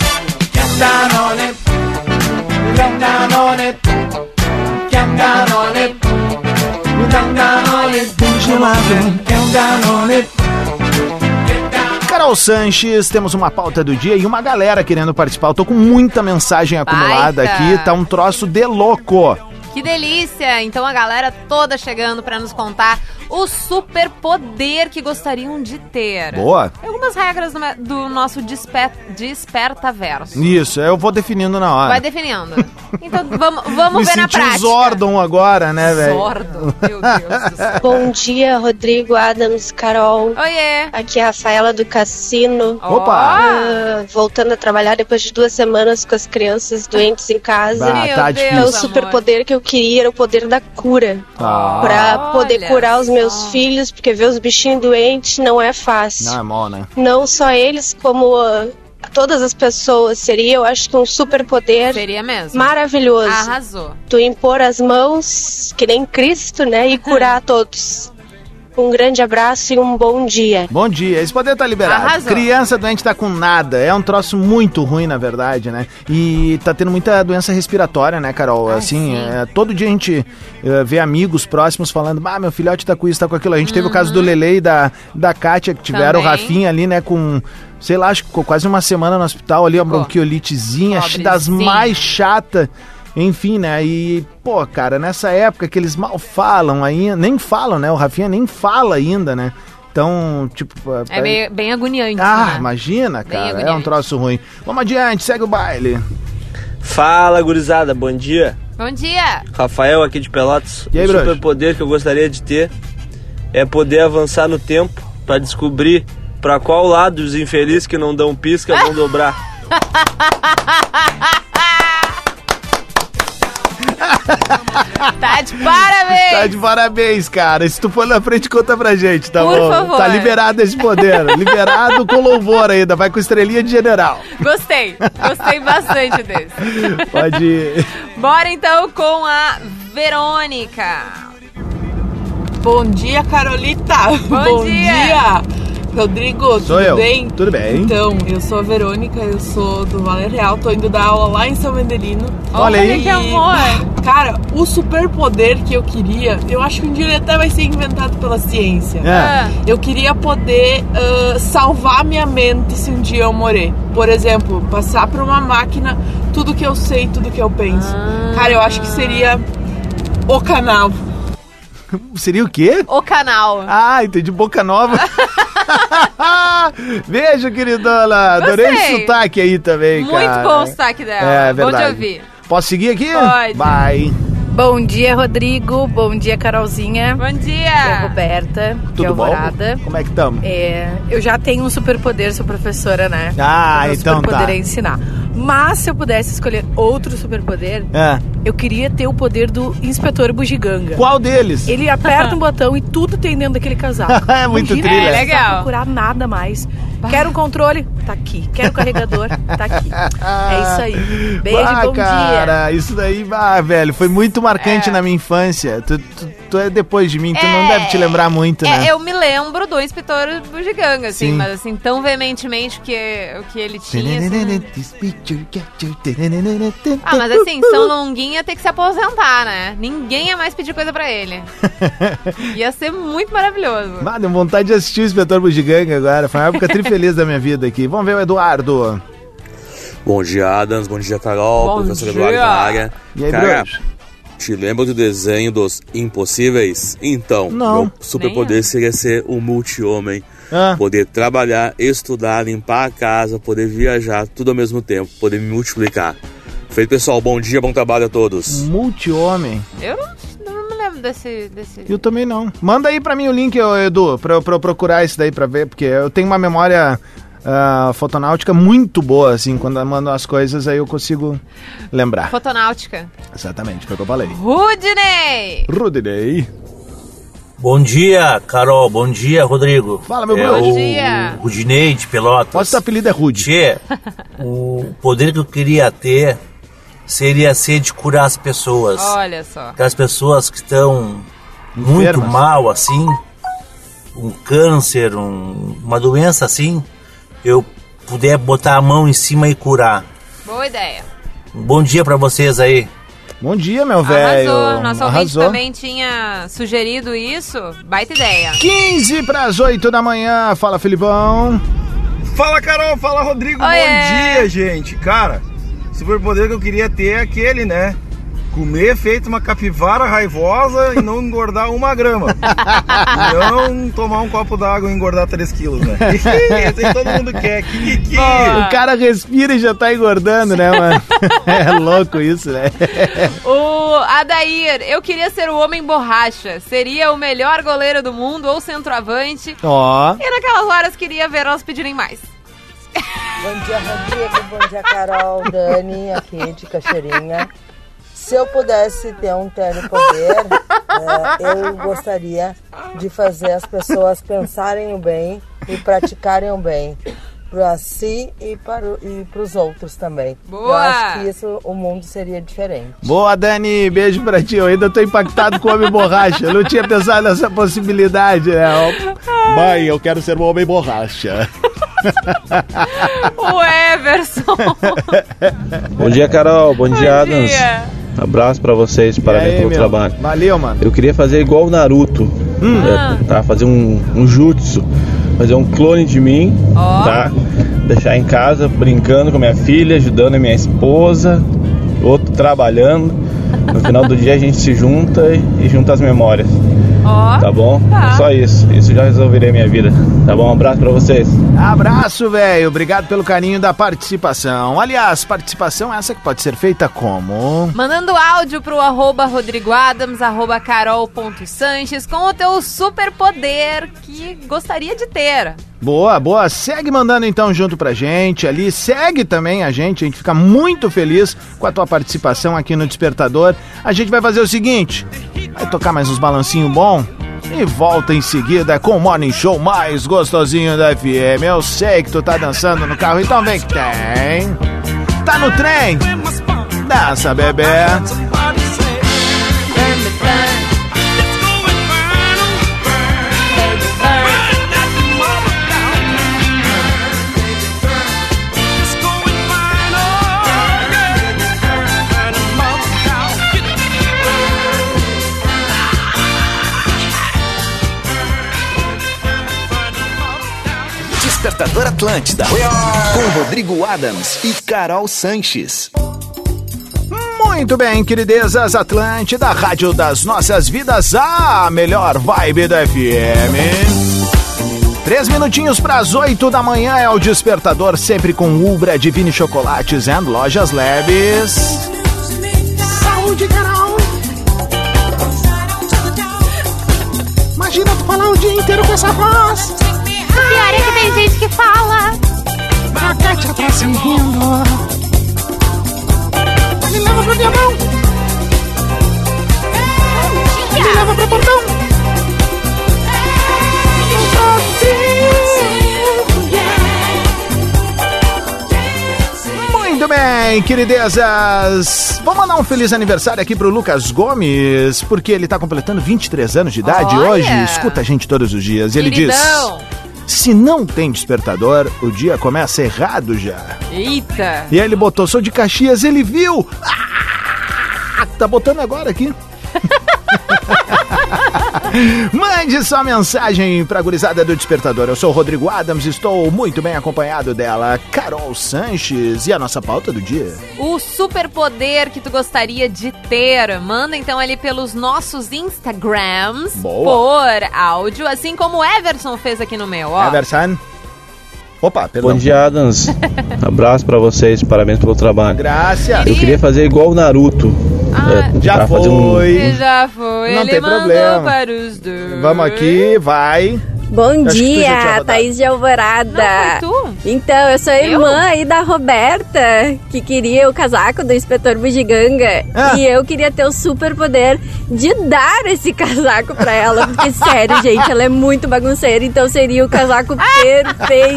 Speaker 1: Carol Sanches, temos uma pauta do dia e uma galera querendo participar. Eu tô com muita mensagem acumulada
Speaker 2: Baita.
Speaker 1: aqui, tá um troço de louco.
Speaker 2: Que delícia! Então a galera toda chegando pra nos contar o superpoder que gostariam de ter.
Speaker 1: Boa.
Speaker 2: Algumas regras do, me- do nosso despe, desperta verso.
Speaker 1: Isso, eu vou definindo na hora.
Speaker 2: Vai definindo. Então vamos, vamos
Speaker 1: Me
Speaker 2: ver na
Speaker 1: senti
Speaker 2: prática.
Speaker 1: um Zordon agora, né, velho?
Speaker 2: Zordon, meu Deus do céu.
Speaker 12: Bom dia, Rodrigo, Adams, Carol.
Speaker 2: Oiê!
Speaker 12: Aqui é a Rafaela do Cassino.
Speaker 1: Opa!
Speaker 12: Ah, voltando a trabalhar depois de duas semanas com as crianças doentes em casa.
Speaker 1: Bah, Meu tá Deus,
Speaker 12: Então, o
Speaker 1: difícil.
Speaker 12: superpoder que eu queria era o poder da cura.
Speaker 1: Tá.
Speaker 12: Pra poder
Speaker 2: Olha
Speaker 12: curar os meus filhos, porque ver os bichinhos doentes não é fácil.
Speaker 1: Não é mó, né?
Speaker 12: Não só eles, como ah, todas as pessoas. Seria, eu acho que um superpoder
Speaker 2: Seria mesmo.
Speaker 12: maravilhoso.
Speaker 13: Ah.
Speaker 2: Arrasou.
Speaker 12: Tu impor as mãos, que nem Cristo, né? E curar a todos. Um grande abraço e um bom dia.
Speaker 1: Bom dia, esse poder tá liberado.
Speaker 12: Arrasou.
Speaker 1: Criança doente tá com nada. É um troço muito ruim, na verdade, né? E tá tendo muita doença respiratória, né, Carol? assim, é, todo dia a gente é, vê amigos próximos falando: ah, meu filhote tá com isso, tá com aquilo. A gente teve o caso do Lele e da, da Kátia, que tiveram o
Speaker 14: Também.
Speaker 1: Rafinha ali, né, com. Sei lá, acho que ficou quase uma semana no hospital ali, uma bronquiolitezinha, das
Speaker 14: Pobrezinho.
Speaker 1: mais chata. Enfim, né? E, pô, cara, nessa época que eles mal falam ainda, nem falam, né? O Rafinha nem fala ainda, né? Então, tipo.
Speaker 2: É meio- bem agoniante.
Speaker 1: Ah,
Speaker 2: né?
Speaker 1: imagina, cara. É um
Speaker 2: agoniante.
Speaker 1: troço ruim. Vamos adiante, segue o baile.
Speaker 9: Fala, gurizada, bom dia.
Speaker 2: Bom dia!
Speaker 9: Rafael aqui de Pelotas.
Speaker 1: E aí,
Speaker 9: o
Speaker 1: Bruxo?
Speaker 9: superpoder que eu gostaria de ter é poder avançar no tempo pra descobrir pra qual lado os infelizes que não dão pisca
Speaker 1: Ah!
Speaker 9: vão dobrar.
Speaker 2: Tá de parabéns!
Speaker 1: Tá de parabéns, cara. Se tu for na frente, conta pra gente, tá
Speaker 2: Por
Speaker 1: bom?
Speaker 2: favor.
Speaker 1: Tá liberado esse poder. Liberado com louvor ainda. Vai com estrelinha de general.
Speaker 2: Gostei, gostei bastante desse.
Speaker 1: Pode ir.
Speaker 2: Bora então com a Verônica.
Speaker 14: Bom dia, Carolita.
Speaker 2: Bom dia.
Speaker 14: dia. Rodrigo,
Speaker 1: Sou
Speaker 14: tudo
Speaker 1: eu.
Speaker 14: bem?
Speaker 1: Tudo bem.
Speaker 14: Então, eu sou a Verônica, eu sou do Vale Real, tô indo dar aula lá em São Vendelino.
Speaker 1: Olha aí.
Speaker 14: E, Cara, o superpoder que eu queria, eu acho que um dia ele até vai ser inventado pela ciência.
Speaker 2: Ah,
Speaker 1: É.
Speaker 14: Eu queria poder ah, salvar minha mente se um dia eu morrer. Por exemplo, passar pra uma máquina tudo que eu sei, tudo que eu penso.
Speaker 2: Ah.
Speaker 14: Cara, eu acho que seria o canal.
Speaker 1: Seria o quê?
Speaker 2: O canal.
Speaker 1: Ah, entendi. Boca nova. Beijo, queridona. Adorei
Speaker 2: Gostei.
Speaker 1: o sotaque aí também,
Speaker 2: Muito
Speaker 1: cara.
Speaker 2: bom o sotaque dela.
Speaker 1: É
Speaker 2: Bom
Speaker 1: verdade.
Speaker 2: te ouvir.
Speaker 1: Posso seguir aqui?
Speaker 13: Pode.
Speaker 1: Vai.
Speaker 13: Bom dia, Rodrigo. Bom dia, Carolzinha. Bom
Speaker 2: dia.
Speaker 1: Ah.
Speaker 13: É Roberta, de
Speaker 1: Tudo bom?
Speaker 13: Alvorada.
Speaker 1: Como é que tamo?
Speaker 13: É, eu já tenho um superpoder, sou professora, né?
Speaker 1: Ah,
Speaker 13: Meu
Speaker 1: então
Speaker 13: superpoder
Speaker 1: tá.
Speaker 13: é ensinar. Mas Ah, se eu pudesse escolher outro superpoder,
Speaker 1: É.
Speaker 13: eu queria ter o poder do inspetor bugiganga.
Speaker 1: Qual deles?
Speaker 13: Ele aperta um botão e tudo tem dentro daquele casaco.
Speaker 1: É muito
Speaker 13: Imagina,
Speaker 1: thriller.
Speaker 13: não precisa
Speaker 1: É legal.
Speaker 13: procurar nada mais. Quero o controle? Tá aqui. Quero o carregador? Tá aqui. É isso aí. Beijo,
Speaker 1: ah,
Speaker 13: bom dia.
Speaker 1: cara, isso daí, ah, velho, foi muito marcante na minha infância. Tu, tu- tu é depois de mim, tu não
Speaker 2: É,
Speaker 1: deve te lembrar muito,
Speaker 2: É,
Speaker 1: né?
Speaker 2: eu me lembro do inspetor Bugiganga, assim,
Speaker 1: Sim.
Speaker 2: mas assim, tão veementemente que, o que ele tinha. assim, Ah, mas assim, São Longuinha tem que se aposentar, né? Ninguém ia mais pedir coisa pra ele. Ia ser muito maravilhoso.
Speaker 1: Ah, deu vontade de assistir o Inspetor Bugiganga agora. Foi uma época trifeliz da minha vida aqui. Vamos ver o Eduardo.
Speaker 15: Bom dia, Adams. Bom dia, Carol.
Speaker 1: Bom
Speaker 15: professor
Speaker 1: dia.
Speaker 15: Eduardo na área.
Speaker 1: E aí,
Speaker 15: Cara,
Speaker 1: Bruno?
Speaker 15: te lembra do desenho dos Impossíveis? Então,
Speaker 1: Não.
Speaker 15: meu superpoder seria ser um multi-homem.
Speaker 1: Ah.
Speaker 15: Poder trabalhar, estudar, limpar a casa, poder viajar, tudo ao mesmo tempo. Poder me multiplicar. Feito, pessoal. Bom dia, bom trabalho a todos.
Speaker 1: Multi-homem.
Speaker 2: Eu não, não me lembro desse. desse...
Speaker 1: Eu também não. Manda aí pra mim o link, ô, Edu, pra eu pra eu procurar isso daí pra ver, porque eu tenho uma memória ah, fotonáutica muito boa, assim, quando eu mando as coisas aí eu consigo lembrar.
Speaker 2: Fotonáutica.
Speaker 1: Exatamente, foi o que eu falei.
Speaker 2: Rudinei!
Speaker 1: Rudinei.
Speaker 16: Bom dia, Carol. Bom dia, Rodrigo.
Speaker 1: Fala, meu
Speaker 16: é
Speaker 1: brother.
Speaker 16: o
Speaker 1: Bom dia.
Speaker 16: Rudinei de Pelotas. Qual
Speaker 1: seu apelido é Rude?
Speaker 16: Tchê, o poder que eu queria ter seria ser de curar as pessoas.
Speaker 2: Olha só.
Speaker 16: Aquelas pessoas que estão muito
Speaker 1: Enfermas.
Speaker 16: mal, assim, um câncer, um- uma doença assim, eu puder botar a mão em cima e curar.
Speaker 2: Boa ideia.
Speaker 16: Um bom dia pra vocês aí.
Speaker 1: Bom dia, meu
Speaker 2: Arrasou. Nosso ouvinte também tinha sugerido isso. Baita ideia.
Speaker 1: 15 pras 8 da manhã. Fala, Filipão.
Speaker 7: Fala Carol, fala Rodrigo,
Speaker 2: Oiê.
Speaker 7: bom dia, gente. Cara, superpoder que eu queria ter é aquele, né? Comer feito uma capivara raivosa e não engordar uma grama. E não tomar um copo d'água e engordar 3 quilos, né? Esse aí todo mundo quer. Que, que, que.
Speaker 1: O cara respira e já tá engordando, né, mano? é louco isso, né?
Speaker 2: O Adair, eu queria ser o homem borracha. Seria o melhor goleiro do mundo ou centroavante.
Speaker 1: Ó.
Speaker 2: E naquelas horas queria ver elas pedirem mais.
Speaker 17: Bom dia, Rodrigo. Bom dia, Carol. Dani, aqui de Cachoeirinha. Se eu pudesse ter um telepoder, eh, eu gostaria de fazer as pessoas pensarem o bem e praticarem o bem. Para si e para, o- e os outros também. Eu
Speaker 2: Boa!
Speaker 17: acho que isso, o mundo seria diferente.
Speaker 1: Boa, Dani. Beijo pra ti. Eu ainda tô impactado com o homem borracha. Eu não tinha pensado nessa possibilidade, né? Ó, Mãe, eu quero ser um homem borracha.
Speaker 2: O Everson.
Speaker 18: Bom dia, Carol. Bom, dia, Adams.
Speaker 2: dia.
Speaker 18: Abraço pra vocês, parabéns
Speaker 1: aí,
Speaker 18: pelo
Speaker 1: meu?
Speaker 18: trabalho.
Speaker 1: Valeu, mano.
Speaker 18: Eu queria fazer igual o Naruto,
Speaker 1: Hum.
Speaker 2: Ah.
Speaker 18: é, tá? Fazer um, um jutsu, fazer um clone de mim, tá? Deixar em casa brincando com minha filha, ajudando a minha esposa, outro trabalhando. No final do dia a gente se junta e, e junta as memórias.
Speaker 2: Ó.
Speaker 18: Tá bom?
Speaker 2: tá.
Speaker 18: Só isso. Isso já resolveria minha vida. Tá bom? Um abraço pra vocês.
Speaker 1: Abraço, velho. Obrigado pelo carinho da participação. Aliás, participação é essa que pode ser feita como?
Speaker 2: Mandando áudio pro arroba Rodrigo Adams, arroba carol.sanches, com o teu superpoder que gostaria de ter.
Speaker 1: Boa, boa. Segue mandando então junto pra gente ali. Segue também a gente. A gente fica muito feliz com a tua participação aqui no Despertador. A gente vai fazer o seguinte: vai tocar mais uns balancinho bom e volta em seguida com o Morning Show mais gostosinho da FM. Eu sei que tu tá dançando no carro, então vem que tem. Tá no trem? Dança, bebê.
Speaker 3: Despertador Atlântida. Com Rodrigo Adams e Carol Sanches.
Speaker 1: Muito bem, queridezas Atlântida, Rádio das Nossas Vidas, a melhor vibe da FM. Três minutinhos para as oito da manhã é o Despertador, sempre com Ubra, Divine Chocolates and Lojas Leves.
Speaker 19: Saúde, Carol! Imagina tu falar o dia inteiro com essa voz! O pior é que tem gente que fala! A Kátia tá sentindo! Me leva pra minha mão! Me leva pro portão!
Speaker 1: Muito bem, queridezas! Vou mandar um feliz aniversário aqui pro Lucas Gomes, porque ele tá completando 23 anos de idade
Speaker 2: Olha!
Speaker 1: hoje. Escuta a gente todos os dias. E ele diz:
Speaker 2: Queridão.
Speaker 1: Se não tem despertador, o dia começa errado já.
Speaker 2: Eita!
Speaker 1: E aí ele botou, sou de Caxias, ele viu! Ah, tá botando agora aqui. Mande sua mensagem pra gurizada do Despertador. Eu sou o Rodrigo Adams, estou muito bem acompanhado dela, Carol Sanches. E a nossa pauta do dia?
Speaker 2: O superpoder que tu gostaria de ter, manda então ali pelos nossos Instagrams
Speaker 1: Boa.
Speaker 2: por áudio, assim como o Everson fez aqui no meu, ó.
Speaker 1: Everson? É, Opa, perdão.
Speaker 18: Bom dia, Adams. Abraço pra vocês, parabéns pelo trabalho.
Speaker 1: Graças.
Speaker 18: Eu queria fazer igual o Naruto. É,
Speaker 1: Ah, já
Speaker 18: tentar fazer um-
Speaker 1: foi.
Speaker 2: Ele já foi,
Speaker 1: Não
Speaker 2: ele
Speaker 1: tem
Speaker 2: mandou
Speaker 1: problema.
Speaker 2: para os dois.
Speaker 1: Vamos aqui, vai.
Speaker 20: Bom
Speaker 1: Eu acho que tu já tinha
Speaker 20: dia,
Speaker 1: rodado.
Speaker 20: Thaís de Alvorada. Então, eu sou a
Speaker 2: Eu?
Speaker 20: irmã aí da Roberta, que queria o casaco do inspetor Bugiganga.
Speaker 21: Ah.
Speaker 20: E eu queria ter o superpoder de dar esse casaco pra ela. Porque, sério, gente, ela é muito bagunceira. Então, seria o casaco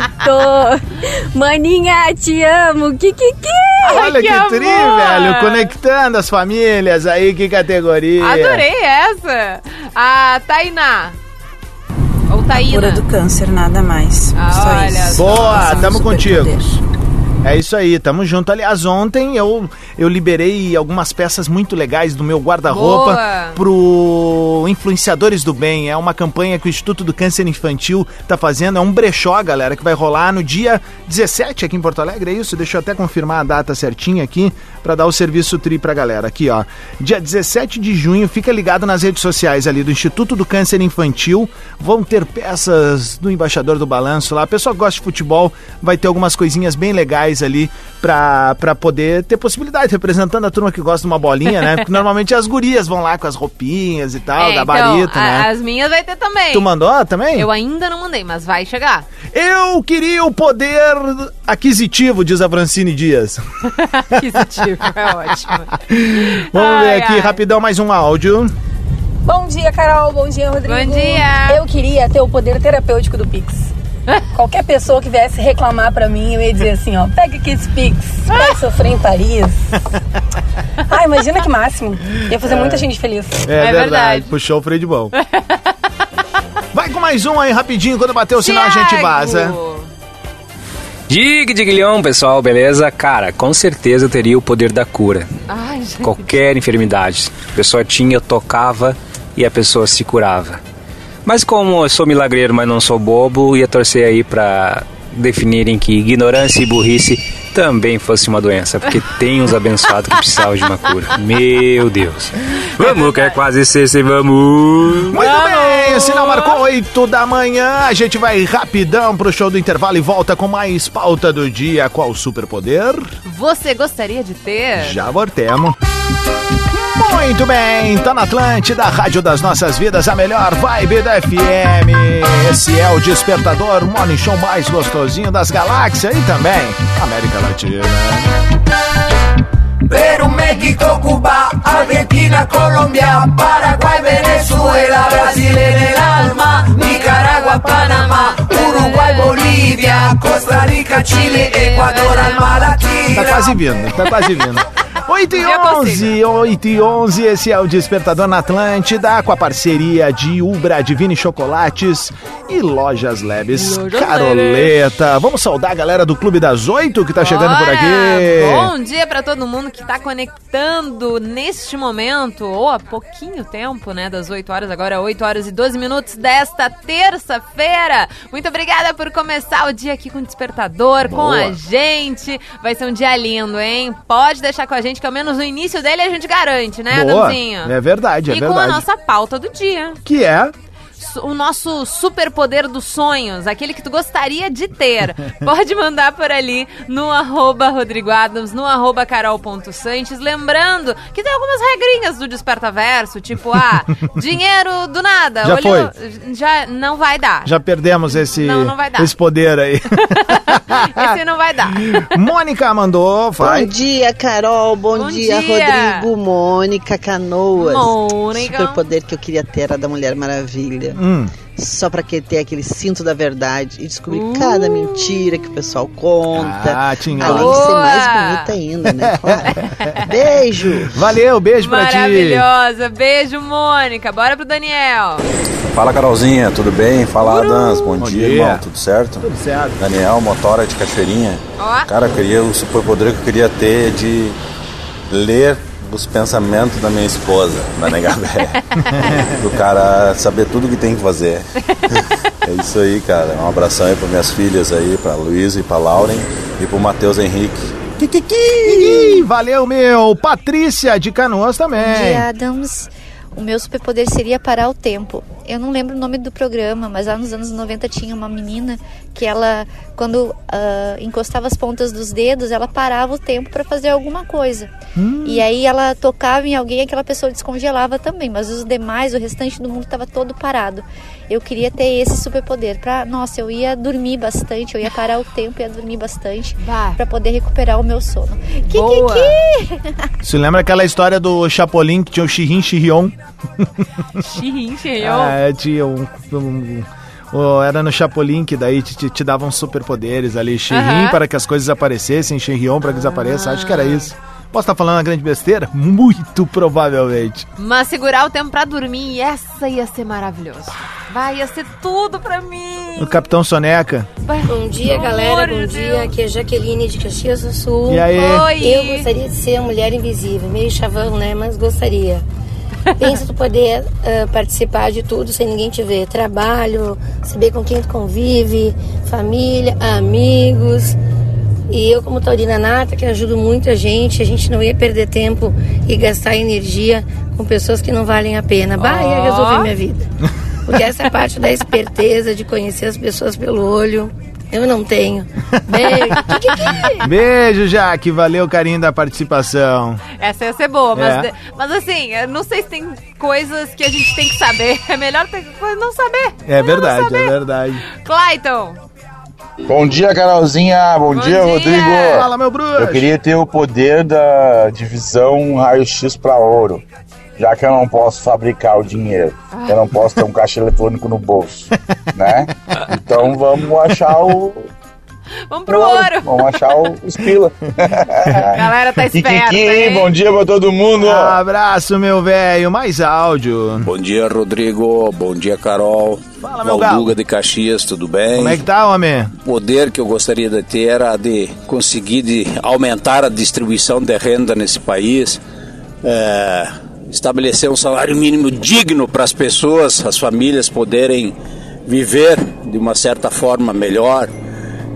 Speaker 20: perfeito. Maninha, te amo. Kikiki.
Speaker 1: Olha que, tri, velho. Conectando as famílias aí, que categoria.
Speaker 2: É. Adorei essa. A Tainá. Ou
Speaker 22: A cura
Speaker 2: Taína.
Speaker 22: do câncer, nada mais. Só
Speaker 2: olha
Speaker 22: isso.
Speaker 1: Boa,
Speaker 22: Nossa,
Speaker 1: tamo
Speaker 22: super
Speaker 1: contigo.
Speaker 22: poder.
Speaker 1: É isso aí, tamo junto. Aliás, ontem eu, eu liberei algumas peças muito legais do meu
Speaker 2: Boa.
Speaker 1: guarda-roupa pro Influenciadores do Bem. É uma campanha que o Instituto do Câncer Infantil tá fazendo. É um brechó, galera, que vai rolar no dia 17 aqui em Porto Alegre. É isso? Deixa eu até confirmar a data certinha aqui pra dar o serviço tri pra galera. Aqui, ó. Dia 17 de junho, fica ligado nas redes sociais ali do Instituto do Câncer Infantil. Vão ter peças do Embaixador do Balanço lá. O pessoal que gosta de futebol vai ter algumas coisinhas bem legais ali pra, pra poder ter possibilidade, representando a turma que gosta de uma bolinha, né? Porque normalmente as gurias vão lá com as roupinhas e tal,
Speaker 2: É,
Speaker 1: gabarito,
Speaker 2: então, a-
Speaker 1: né?
Speaker 2: As minhas vai ter também.
Speaker 1: Tu mandou também?
Speaker 2: Eu ainda não mandei, mas vai chegar.
Speaker 1: Eu queria o poder aquisitivo, diz a Francine Dias.
Speaker 2: Aquisitivo, é ótimo.
Speaker 1: Vamos
Speaker 2: Ai,
Speaker 1: ver aqui,
Speaker 2: ai.
Speaker 1: rapidão, mais um áudio.
Speaker 21: Bom dia, Carol. Bom dia, Rodrigo.
Speaker 2: Bom dia.
Speaker 21: Eu queria ter o poder terapêutico do Pix. Qualquer pessoa que viesse reclamar pra mim, eu ia dizer assim, ó, pega aqui esse Pix, vai sofrer em Paris. Ah, imagina que máximo. Ia fazer muita gente feliz.
Speaker 1: É, verdade. puxou o freio de mão. Vai com mais um aí rapidinho, quando bater o sinal a gente vaza.
Speaker 23: Diga, digilhão, pessoal, beleza? Cara, com certeza eu teria o poder da cura.
Speaker 2: Ai, gente.
Speaker 23: Qualquer enfermidade. A pessoa tinha, eu tocava e a pessoa se curava. Mas como eu sou milagreiro, mas não sou bobo, ia torcer aí pra definirem que ignorância e burrice também fosse uma doença, porque tem uns abençoados que precisavam de uma cura. Meu Deus. Vamos, que é quase sexta e vamos.
Speaker 1: Muito bem, o sinal marcou 8 da manhã. A gente vai rapidão pro show do intervalo e volta com mais pauta do dia. Qual superpoder?
Speaker 2: Você gostaria de ter?
Speaker 1: Já voltemos. Muito bem, tá na Atlântida, a Rádio das Nossas Vidas, a melhor vibe da FM. Esse é o Despertador, o morning show mais gostosinho das galáxias e também América Latina.
Speaker 24: Perú, México, Cuba, Argentina, Colombia, Paraguay, Venezuela, Brasil en el alma, Nicaragua, Panamá, Uruguay, Bolivia, Costa Rica, Chile, Ecuador, alma
Speaker 1: Tá
Speaker 24: latina.
Speaker 1: quase vindo, tá quase vindo. 8 e 11, 8 e 11, esse é o Despertador na Atlântida, com a parceria de Ubra, Divine Chocolates e Lojas Leves
Speaker 2: Lojas
Speaker 1: Caroleta. Vamos saudar a galera do Clube das Oito que tá chegando por
Speaker 2: Bora! Bom
Speaker 1: aqui.
Speaker 2: dia pra todo mundo que tá conectando neste momento, ou há pouquinho tempo, né, das 8 horas, agora 8 horas e 12 minutos desta terça-feira. Muito obrigada por começar o dia aqui com o Despertador, com
Speaker 5: Boa.
Speaker 2: a gente. Vai ser um dia lindo, hein? Pode deixar com a gente, que ao menos no início dele a gente garante, né,
Speaker 1: Boa.
Speaker 2: Danzinho?
Speaker 1: É verdade, é
Speaker 2: e com a
Speaker 1: verdade.
Speaker 2: nossa pauta do dia.
Speaker 1: Que é
Speaker 2: Su- o nosso superpoder dos sonhos, aquele que tu gostaria de ter. Pode mandar por ali no arroba Rodrigo Adams, no arroba carol.sanches. Lembrando que tem algumas regrinhas do Despertaverso, tipo, ah, dinheiro do nada.
Speaker 1: Já
Speaker 2: Já não vai dar.
Speaker 1: Já perdemos esse,
Speaker 2: Não, não vai dar.
Speaker 1: esse poder aí.
Speaker 2: Esse não vai dar.
Speaker 1: Mônica mandou, vai.
Speaker 6: Bom dia, Carol. Bom,
Speaker 2: Bom
Speaker 6: dia,
Speaker 2: dia.
Speaker 6: Rodrigo, Mônica, Canoas.
Speaker 2: Mônica.
Speaker 6: Superpoder que eu queria ter era da Mulher Maravilha.
Speaker 1: Hum.
Speaker 6: Só pra que ter aquele cinto da verdade e descobrir cada mentira que o pessoal conta.
Speaker 1: Ah, tinha.
Speaker 6: Além de ser mais
Speaker 2: Ah.
Speaker 6: bonita ainda, né? Claro. Beijo.
Speaker 1: Valeu, beijo pra ti.
Speaker 2: Maravilhosa. Beijo, Mônica. Bora pro Daniel.
Speaker 25: Fala Carolzinha, tudo bem? Fala Adans, bom, dia, irmão, tudo certo?
Speaker 1: Tudo certo.
Speaker 25: Daniel, motora de Cachoeirinha.
Speaker 2: Ó.
Speaker 25: Cara, eu queria, o superpoder que eu queria ter é de ler os pensamentos da minha esposa, da Negabé. Do cara saber tudo que tem que fazer. É isso aí, cara. Um abração aí para minhas filhas aí, pra Luísa e pra Lauren e pro Matheus Henrique.
Speaker 1: Ih, Valeu, meu. Patrícia de Canoas
Speaker 26: Bom
Speaker 1: também.
Speaker 26: dia, Adams. O meu superpoder seria parar o tempo. Eu não lembro o nome do programa, mas lá nos anos 90 tinha uma menina que ela, quando ah, encostava as pontas dos dedos, ela parava o tempo para fazer alguma coisa. E aí ela tocava em alguém, aquela pessoa descongelava também, mas os demais, o restante do mundo estava todo parado. Eu queria ter esse superpoder para, nossa, eu ia dormir bastante, eu ia parar o tempo, ia dormir bastante para poder recuperar o meu sono. Que
Speaker 2: Boa.
Speaker 1: Você lembra aquela história do Chapolin que tinha o Chirin Chirion?
Speaker 2: Xirrin,
Speaker 1: Ah, tinha um. um- oh, era no Chapolin que daí te, te- te davam superpoderes ali. Xirrin
Speaker 2: Aham.
Speaker 1: para que as coisas aparecessem, Xirrion para que desapareçam. Acho que era isso. Posso estar falando uma grande besteira? Muito provavelmente.
Speaker 2: Mas segurar o tempo pra dormir, essa ia ser maravilhoso. Vai, ia ser tudo pra mim.
Speaker 1: O Capitão Soneca.
Speaker 27: Bom dia, galera. Bom dia. Aqui é Jaqueline de Caxias do Sul.
Speaker 1: E aí? Oi.
Speaker 27: Eu gostaria de ser a mulher invisível. Meio chavão, né? Mas gostaria. Pensa tu poder ah, participar de tudo sem ninguém te ver. Trabalho, saber com quem tu convive, família, amigos. E eu, como taurina nata, que ajudo muita gente, a gente não ia perder tempo e gastar energia com pessoas que não valem a pena. Bah, ia
Speaker 26: Ó.
Speaker 27: resolver minha vida. Porque essa é parte da esperteza de conhecer as pessoas pelo olho, eu não tenho. Beijo.
Speaker 1: Beijo, Jaque. Valeu o carinho da participação.
Speaker 2: Essa ia ser boa, mas,
Speaker 1: É.
Speaker 2: mas assim, eu não sei se tem coisas que a gente tem que saber. É melhor ter, não saber.
Speaker 1: É verdade, é verdade.
Speaker 2: Clayton,
Speaker 27: Bom dia, Carolzinha. Bom, dia, Rodrigo.
Speaker 1: Fala, meu bruxo.
Speaker 27: Eu queria ter o poder da divisão raio-x para ouro, já que eu não posso fabricar o dinheiro. Eu não posso ter um caixa eletrônico no bolso, né? Então vamos achar o.
Speaker 2: Vamos pro ouro.
Speaker 27: Vamos achar o espila.
Speaker 2: galera tá esperta. hein?
Speaker 27: dia pra todo mundo.
Speaker 1: Abraço, meu velho. Mais áudio.
Speaker 28: Bom dia, Rodrigo. Bom dia, Carol. Fala,
Speaker 1: meu
Speaker 28: Valduga de Caxias, tudo bem?
Speaker 1: Como é que tá, homem?
Speaker 28: O poder que eu gostaria de ter era de conseguir de aumentar a distribuição de renda nesse país, é, estabelecer um salário mínimo digno para as pessoas, as famílias poderem viver de uma certa forma melhor,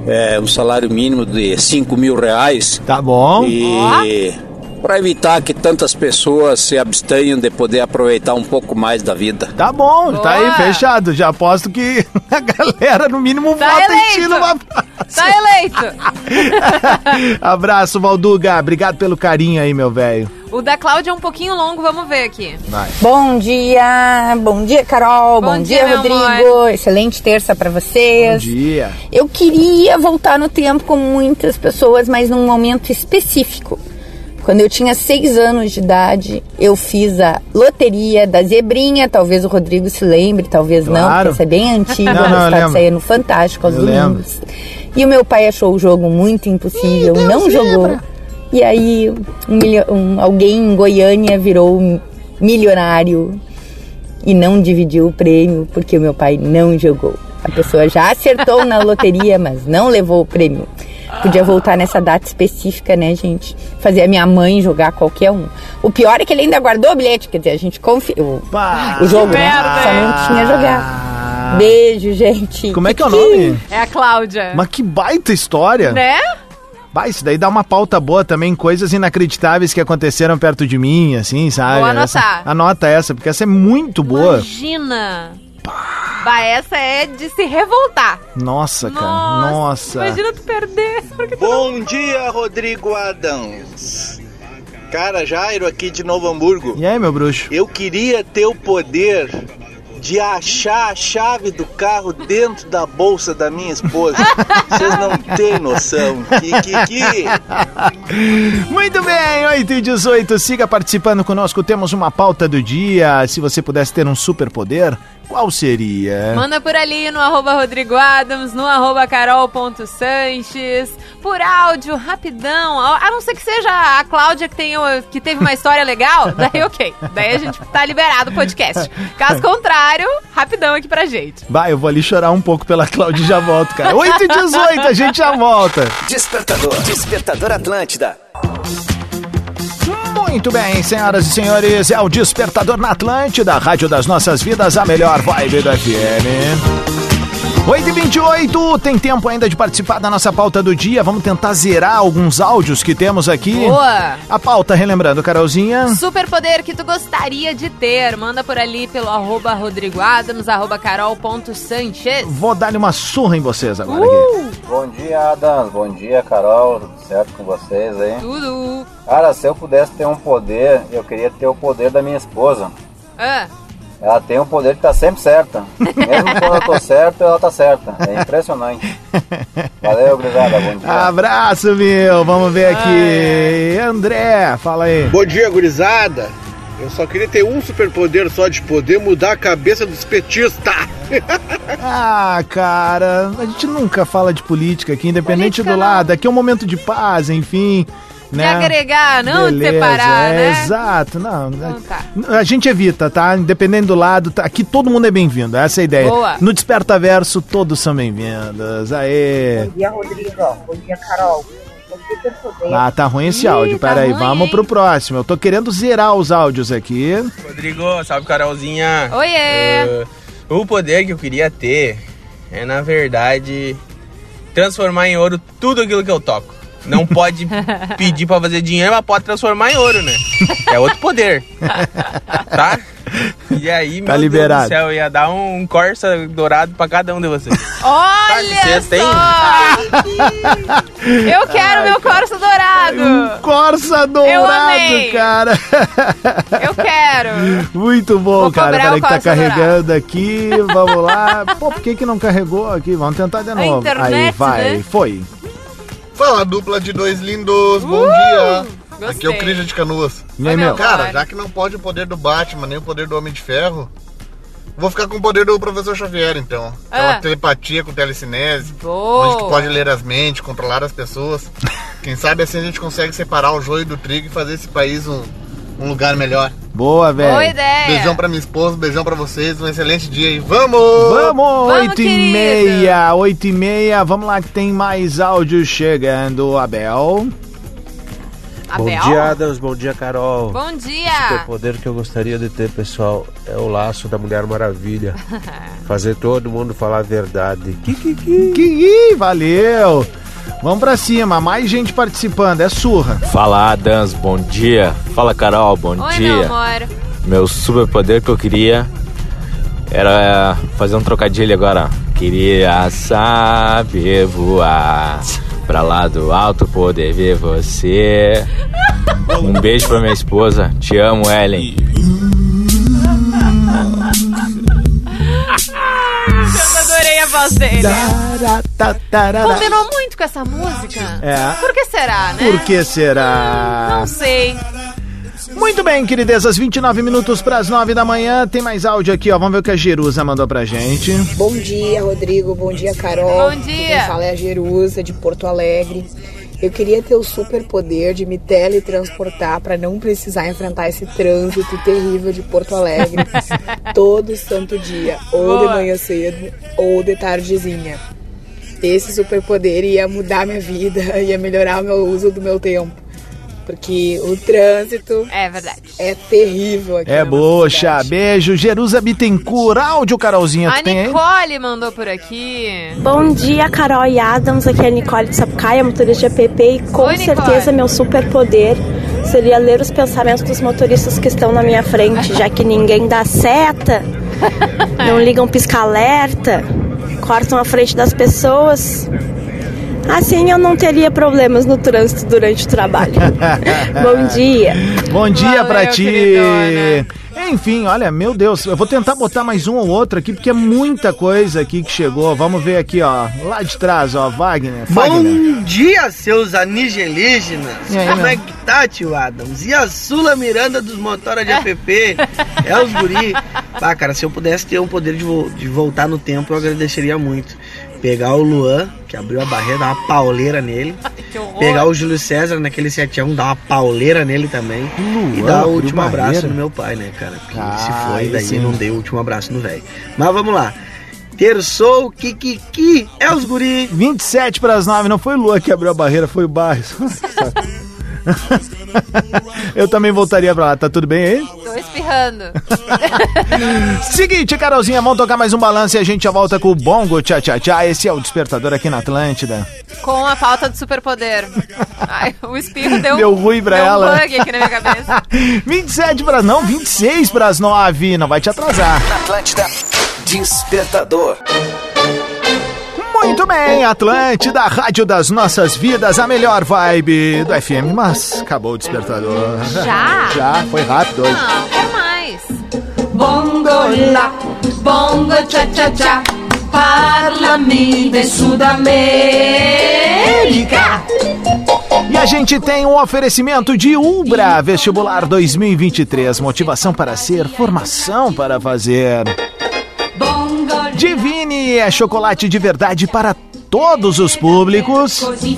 Speaker 28: é, um salário mínimo de 5 mil reais.
Speaker 1: Tá bom.
Speaker 28: E para evitar que tantas pessoas se abstenham de poder aproveitar um pouco mais da vida.
Speaker 1: Tá bom, tá aí fechado. Já aposto que a galera, no mínimo, vota em ti numa
Speaker 2: Tá eleito.
Speaker 1: Abraço, Valduga. Obrigado pelo carinho aí, meu velho.
Speaker 2: O da Cláudia é um pouquinho longo, vamos ver aqui.
Speaker 4: Bom dia, bom dia, Carol, bom,
Speaker 2: Bom
Speaker 4: dia,
Speaker 2: dia, meu
Speaker 4: Rodrigo. Excelente terça pra vocês.
Speaker 1: Dia.
Speaker 4: Eu queria voltar no tempo com muitas pessoas, mas num momento específico. Quando eu tinha seis anos de idade, eu fiz a loteria da zebrinha. Talvez o Rodrigo se lembre, talvez não,
Speaker 17: Claro.
Speaker 4: porque isso é bem
Speaker 17: Não,
Speaker 4: antigo. o
Speaker 17: não, eu
Speaker 4: resultado
Speaker 17: lembro.
Speaker 4: saía no Fantástico aos
Speaker 17: Eu lembro.
Speaker 4: domingos. E o meu pai achou o jogo muito impossível, não jogou. E aí, um milho- um- alguém em Goiânia virou um milionário e não dividiu o prêmio porque o meu pai não jogou. A pessoa já acertou na loteria, mas não levou o prêmio. Podia voltar nessa data específica, né, gente? Fazer a minha mãe jogar qualquer um. O pior é que ele ainda guardou o bilhete, quer dizer, a gente confia. O, o jogo,
Speaker 2: que
Speaker 4: né?
Speaker 2: merda,
Speaker 4: Só
Speaker 2: hein?
Speaker 4: não tinha jogado. Beijo, gente.
Speaker 1: Ah. Como é que é o nome?
Speaker 2: É a Cláudia.
Speaker 1: Mas que baita história.
Speaker 2: Né?
Speaker 1: Bah, isso daí dá uma pauta boa também, coisas inacreditáveis que aconteceram perto de mim, assim, sabe?
Speaker 2: Vou anotar.
Speaker 1: Essa- anota essa, porque essa é muito boa.
Speaker 2: Imagina. Bah, essa é de se revoltar.
Speaker 1: Nossa, cara. Nossa.
Speaker 2: Imagina tu perder. porque tu
Speaker 29: Bom dia, Rodrigo Adams. Cara, Jairo aqui de Novo Hamburgo.
Speaker 1: E aí, meu bruxo?
Speaker 29: Eu queria ter o poder de achar a chave do carro dentro da bolsa da minha esposa. Vocês não têm noção. Que, que, que...
Speaker 1: Muito bem, 8 e 18, siga participando conosco. Temos uma pauta do dia. Se você pudesse ter um superpoder, qual seria?
Speaker 2: Manda por ali no arroba Rodrigo Adams, no arroba carol.sanches, por áudio, rapidão. A a não ser que seja a Cláudia que, tenha, que teve uma história legal, daí ok. Daí a gente tá liberado o podcast. Caso contrário, rapidão aqui pra gente.
Speaker 1: Vai, eu vou ali chorar um pouco pela Cláudia e já volto, cara. 8 e 18, a gente já volta.
Speaker 3: Despertador. Despertador Atlântida.
Speaker 1: Muito bem, senhoras e senhores, é o Despertador na Atlântida, a Rádio das Nossas Vidas, a melhor vibe do FM. 8h28, tem tempo ainda de participar da nossa pauta do dia. Vamos tentar zerar alguns áudios que temos aqui.
Speaker 2: Boa.
Speaker 1: A pauta, relembrando, Carolzinha.
Speaker 2: Superpoder que tu gostaria de ter. Manda por ali pelo arroba Rodrigo Adams, arroba carol.sanches.
Speaker 1: Vou dar-lhe uma surra em vocês agora.
Speaker 30: Bom dia, Adams. Bom dia, Carol. Tudo certo com vocês aí?
Speaker 2: Tudo.
Speaker 30: Cara, se eu pudesse ter um poder, eu queria ter o poder da minha esposa.
Speaker 2: Ah,
Speaker 30: Ela tem um poder de tá sempre certa. Mesmo quando eu tô certo, ela tá certa. É impressionante. Valeu, obrigado. Bom dia.
Speaker 1: Abraço, meu. Vamos ver aqui. André, fala aí.
Speaker 31: Bom dia, gurizada. Eu só queria ter um superpoder só de poder mudar a cabeça dos petistas.
Speaker 1: Ah, cara, a gente nunca fala de política aqui, independente do lado. Aqui é um momento de paz, enfim. Né?
Speaker 2: agregar, não de
Speaker 1: Beleza,
Speaker 2: separar,
Speaker 1: é,
Speaker 2: né?
Speaker 1: Exato, não. é,
Speaker 2: Então tá.
Speaker 1: A gente evita, tá? Independente do lado, tá- aqui todo mundo é bem-vindo, essa é a ideia.
Speaker 29: Boa.
Speaker 1: No Desperta Verso, todos são bem-vindos. Aê!
Speaker 29: dia, Rodrigo. Bom dia, Carol.
Speaker 1: Ah, tá ruim esse áudio, peraí, vamos pro próximo. Eu tô querendo zerar os áudios aqui.
Speaker 32: Rodrigo, salve Carolzinha.
Speaker 2: Oiê.
Speaker 32: Eh, o poder que eu queria ter é, na verdade, transformar em ouro tudo aquilo que eu toco. Não pode pedir pra fazer dinheiro, mas pode transformar em ouro, né? É outro poder. tá? E aí,
Speaker 1: Tá
Speaker 32: meu
Speaker 1: liberado.
Speaker 32: Deus do céu, eu ia dar um Corsa dourado pra cada um de vocês.
Speaker 2: Olha
Speaker 32: Vocês têm?
Speaker 2: só! Eu quero meu Corsa dourado!
Speaker 1: Um Corsa dourado,
Speaker 2: amei.
Speaker 1: cara.
Speaker 2: Eu quero!
Speaker 1: Muito bom,
Speaker 2: Vou
Speaker 1: cara.
Speaker 2: cobrar
Speaker 1: Peraí
Speaker 2: o
Speaker 1: que tá
Speaker 2: Corsa
Speaker 1: carregando aqui. Vamos lá. Pô, por que que não carregou aqui? Vamos tentar de novo. Aí,
Speaker 31: internet,
Speaker 1: vai.
Speaker 31: né?
Speaker 1: Foi.
Speaker 31: Fala, dupla de dois lindos, bom
Speaker 32: Uh!
Speaker 31: dia! Aqui é o gostei. Christian de Canoas.
Speaker 1: E aí, meu?
Speaker 31: Cara, já que não pode o poder do Batman, nem o poder do Homem de Ferro, vou ficar com o poder do Professor Xavier, então. Que É
Speaker 2: Ah.
Speaker 31: uma telepatia com telecinese,
Speaker 2: Boa.
Speaker 31: onde tu pode ler as mentes, controlar as pessoas. Quem sabe assim a gente consegue separar o joio do trigo e fazer esse país um, um lugar melhor.
Speaker 1: Boa, velho.
Speaker 2: É.
Speaker 31: Beijão pra minha esposa, beijão pra vocês, um excelente dia e vamos!
Speaker 1: Vamos, 8 e meia, 8 e meia. Vamos lá que tem mais áudio chegando. Abel.
Speaker 16: Bom
Speaker 2: Abel?
Speaker 16: dia, Adams. Bom dia, Carol. é
Speaker 2: Bom dia!
Speaker 16: O superpoder que eu gostaria de ter, pessoal, é o laço da Mulher Maravilha. Fazer todo mundo falar a verdade. Que que
Speaker 1: Que valeu. Vamos pra cima. Mais gente participando. É surra.
Speaker 33: Fala Adams, bom dia. Fala Carol, bom
Speaker 2: Oi, meu
Speaker 33: dia.
Speaker 2: amor.
Speaker 33: Meu superpoder que eu queria era fazer um trocadilho agora. Queria saber voar, pra lá do alto poder ver você. Um beijo pra minha esposa. Te amo, Ellen.
Speaker 2: Eu adorei a voz dele. Combinou muito com essa música.
Speaker 1: É.
Speaker 2: Por que será, né?
Speaker 1: Por que será?
Speaker 2: Não sei.
Speaker 1: Muito bem, queridezas, 29 minutos pras 9 da manhã. Tem mais áudio aqui, ó. Vamos ver o que a Jerusa mandou pra gente.
Speaker 5: Bom dia, Rodrigo. Bom dia, Carol.
Speaker 2: Bom dia.
Speaker 5: Quem fala é a Jerusa, de Porto Alegre. Eu queria ter o superpoder de me teletransportar para não precisar enfrentar esse trânsito terrível de Porto Alegre todo santo dia, ou de
Speaker 2: Boa.
Speaker 5: manhã cedo, ou de tardezinha. Esse superpoder ia mudar minha vida, ia melhorar o meu uso do meu tempo. Porque o trânsito
Speaker 2: é verdade.
Speaker 5: É terrível aqui.
Speaker 1: É boxa, beijo. Jerusa Bittencourt, áudio, Carolzinha,
Speaker 2: A
Speaker 1: tu tem aí?
Speaker 2: Nicole mandou por aqui.
Speaker 13: Bom dia, Carol e Adams. Aqui é a Nicole de Sapucaia, motorista de app. E com
Speaker 2: Oi, Nicole.
Speaker 13: certeza meu superpoder seria ler os pensamentos dos motoristas que estão na minha frente, já que ninguém dá seta, não ligam pisca-alerta, cortam a frente das pessoas. Assim eu não teria problemas no trânsito durante o trabalho. Bom dia.
Speaker 1: Bom dia pra
Speaker 13: Valeu,
Speaker 1: ti. Enfim, olha, meu Deus, eu vou tentar botar mais um ou outro aqui, porque é muita coisa aqui que chegou. Vamos ver aqui, ó. Lá de trás, ó, Wagner. Wagner.
Speaker 15: Bom dia, seus anigelígenas!
Speaker 1: E aí,
Speaker 15: Como
Speaker 1: meu?
Speaker 15: é que tá, tio Adams? E a Sula Miranda dos Motora de APP? É os guri. Ah, cara, se eu pudesse ter um poder de, vo- de voltar no tempo, eu agradeceria muito. Pegar o Luan, que abriu a barreira, dar uma pauleira nele.
Speaker 2: Que horror.
Speaker 15: Pegar o Júlio César naquele 7x1, dar uma pauleira nele também. e
Speaker 16: Luan
Speaker 15: dar o
Speaker 16: abriu
Speaker 15: último abraço
Speaker 16: barreira?
Speaker 15: no meu pai, né, cara? Porque
Speaker 16: Ah,
Speaker 15: se foi,
Speaker 16: aí
Speaker 15: daí
Speaker 16: sim.
Speaker 15: não deu o último abraço no velho. Mas vamos lá. Terçou, Kikiki, é os guri.
Speaker 1: 27 pras 9, não foi o Lua que abriu a barreira, foi o Barros. Eu também voltaria pra lá, tá tudo bem aí?
Speaker 2: Tô espirrando.
Speaker 1: Seguinte, Carolzinha, vamos tocar mais um balanço e a gente já volta com o Bongo Tchá Tchá Tchá. Esse é o Despertador aqui na Atlântida.
Speaker 2: Com a falta de superpoder. Ai, o espirro deu,
Speaker 1: Deu ruim pra
Speaker 2: deu
Speaker 1: ela.
Speaker 2: um bug aqui na minha cabeça.
Speaker 1: 27 para não, 26 para as 9, não vai te atrasar.
Speaker 3: Atlântida Despertador.
Speaker 1: Muito bem, Atlântida, a rádio das nossas vidas, a melhor vibe do FM, mas acabou o despertador.
Speaker 2: Já? Ah.
Speaker 1: Já, foi rápido hoje.
Speaker 2: Não, quero mais.
Speaker 7: Bongo là, bongo cha cha cha, parlami del Sud America.
Speaker 1: E a gente tem um oferecimento de Ubra Vestibular 2023, motivação para ser, formação para fazer. Divine é chocolate de verdade para todos os públicos.
Speaker 7: Così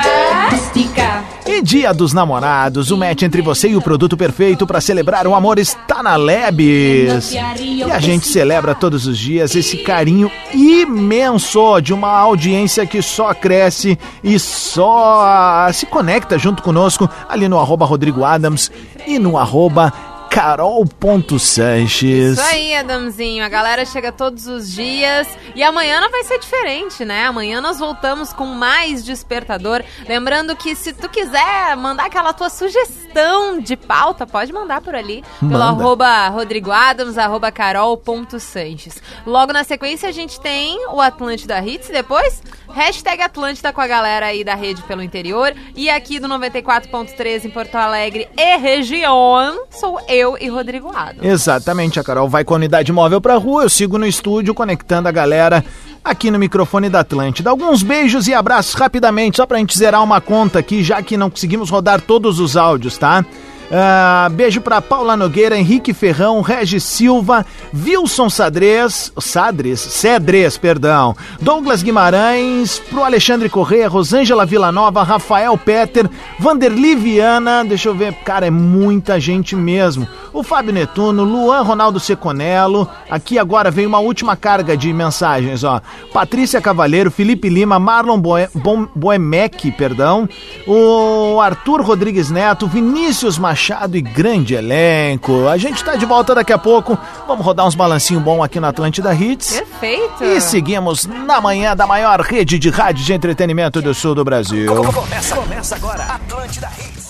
Speaker 7: fantastica.
Speaker 1: E Dia dos Namorados, o match entre você e o produto perfeito para celebrar o amor está na Lebes. E a gente celebra todos os dias esse carinho imenso de uma audiência que só cresce e só se conecta junto conosco ali no arroba Rodrigo Adams e no arroba carol.sanches.
Speaker 2: Isso aí, Adamzinho. A galera chega todos os dias. E amanhã não vai ser diferente, né? Amanhã nós voltamos com mais despertador. Lembrando que se tu quiser mandar aquela tua sugestão de pauta, pode mandar por ali. Pelo
Speaker 17: Manda.
Speaker 2: arroba rodrigoadams, arroba carol.sanches. Logo na sequência a gente tem o Atlântida Hits. Depois, hashtag Atlântida com a galera aí da rede pelo interior. E aqui do 94.3 em Porto Alegre e região, sou eu e Rodrigo Adams.
Speaker 1: Exatamente, a Carol vai com a unidade móvel pra rua, eu sigo no estúdio conectando a galera aqui no microfone da Atlântida. Alguns beijos e abraços rapidamente, só pra gente zerar uma conta aqui, já que não conseguimos rodar todos os áudios, tá? Ah, beijo pra Paula Nogueira, Henrique Ferrão, Regis Silva, Wilson Sadres, Sadres, Cedres, perdão, Douglas Guimarães, pro Alexandre Correia, Rosângela Villanova, Rafael Peter, Vanderli Viana, deixa eu ver, cara, é muita gente mesmo. O Fábio Netuno, Luan Ronaldo Seconello, aqui agora vem uma última carga de mensagens, ó. Patrícia Cavalheiro, Felipe Lima, Marlon Boe- Bom- Boemec, perdão, o Arthur Rodrigues Neto, Vinícius Machado e grande elenco. A gente tá de volta daqui a pouco, vamos rodar uns balancinho bom aqui na Atlântida Hits.
Speaker 2: Perfeito.
Speaker 1: E seguimos na manhã da maior rede de rádio de entretenimento do sul do Brasil.
Speaker 3: Começa, começa agora. Atlântida Hits.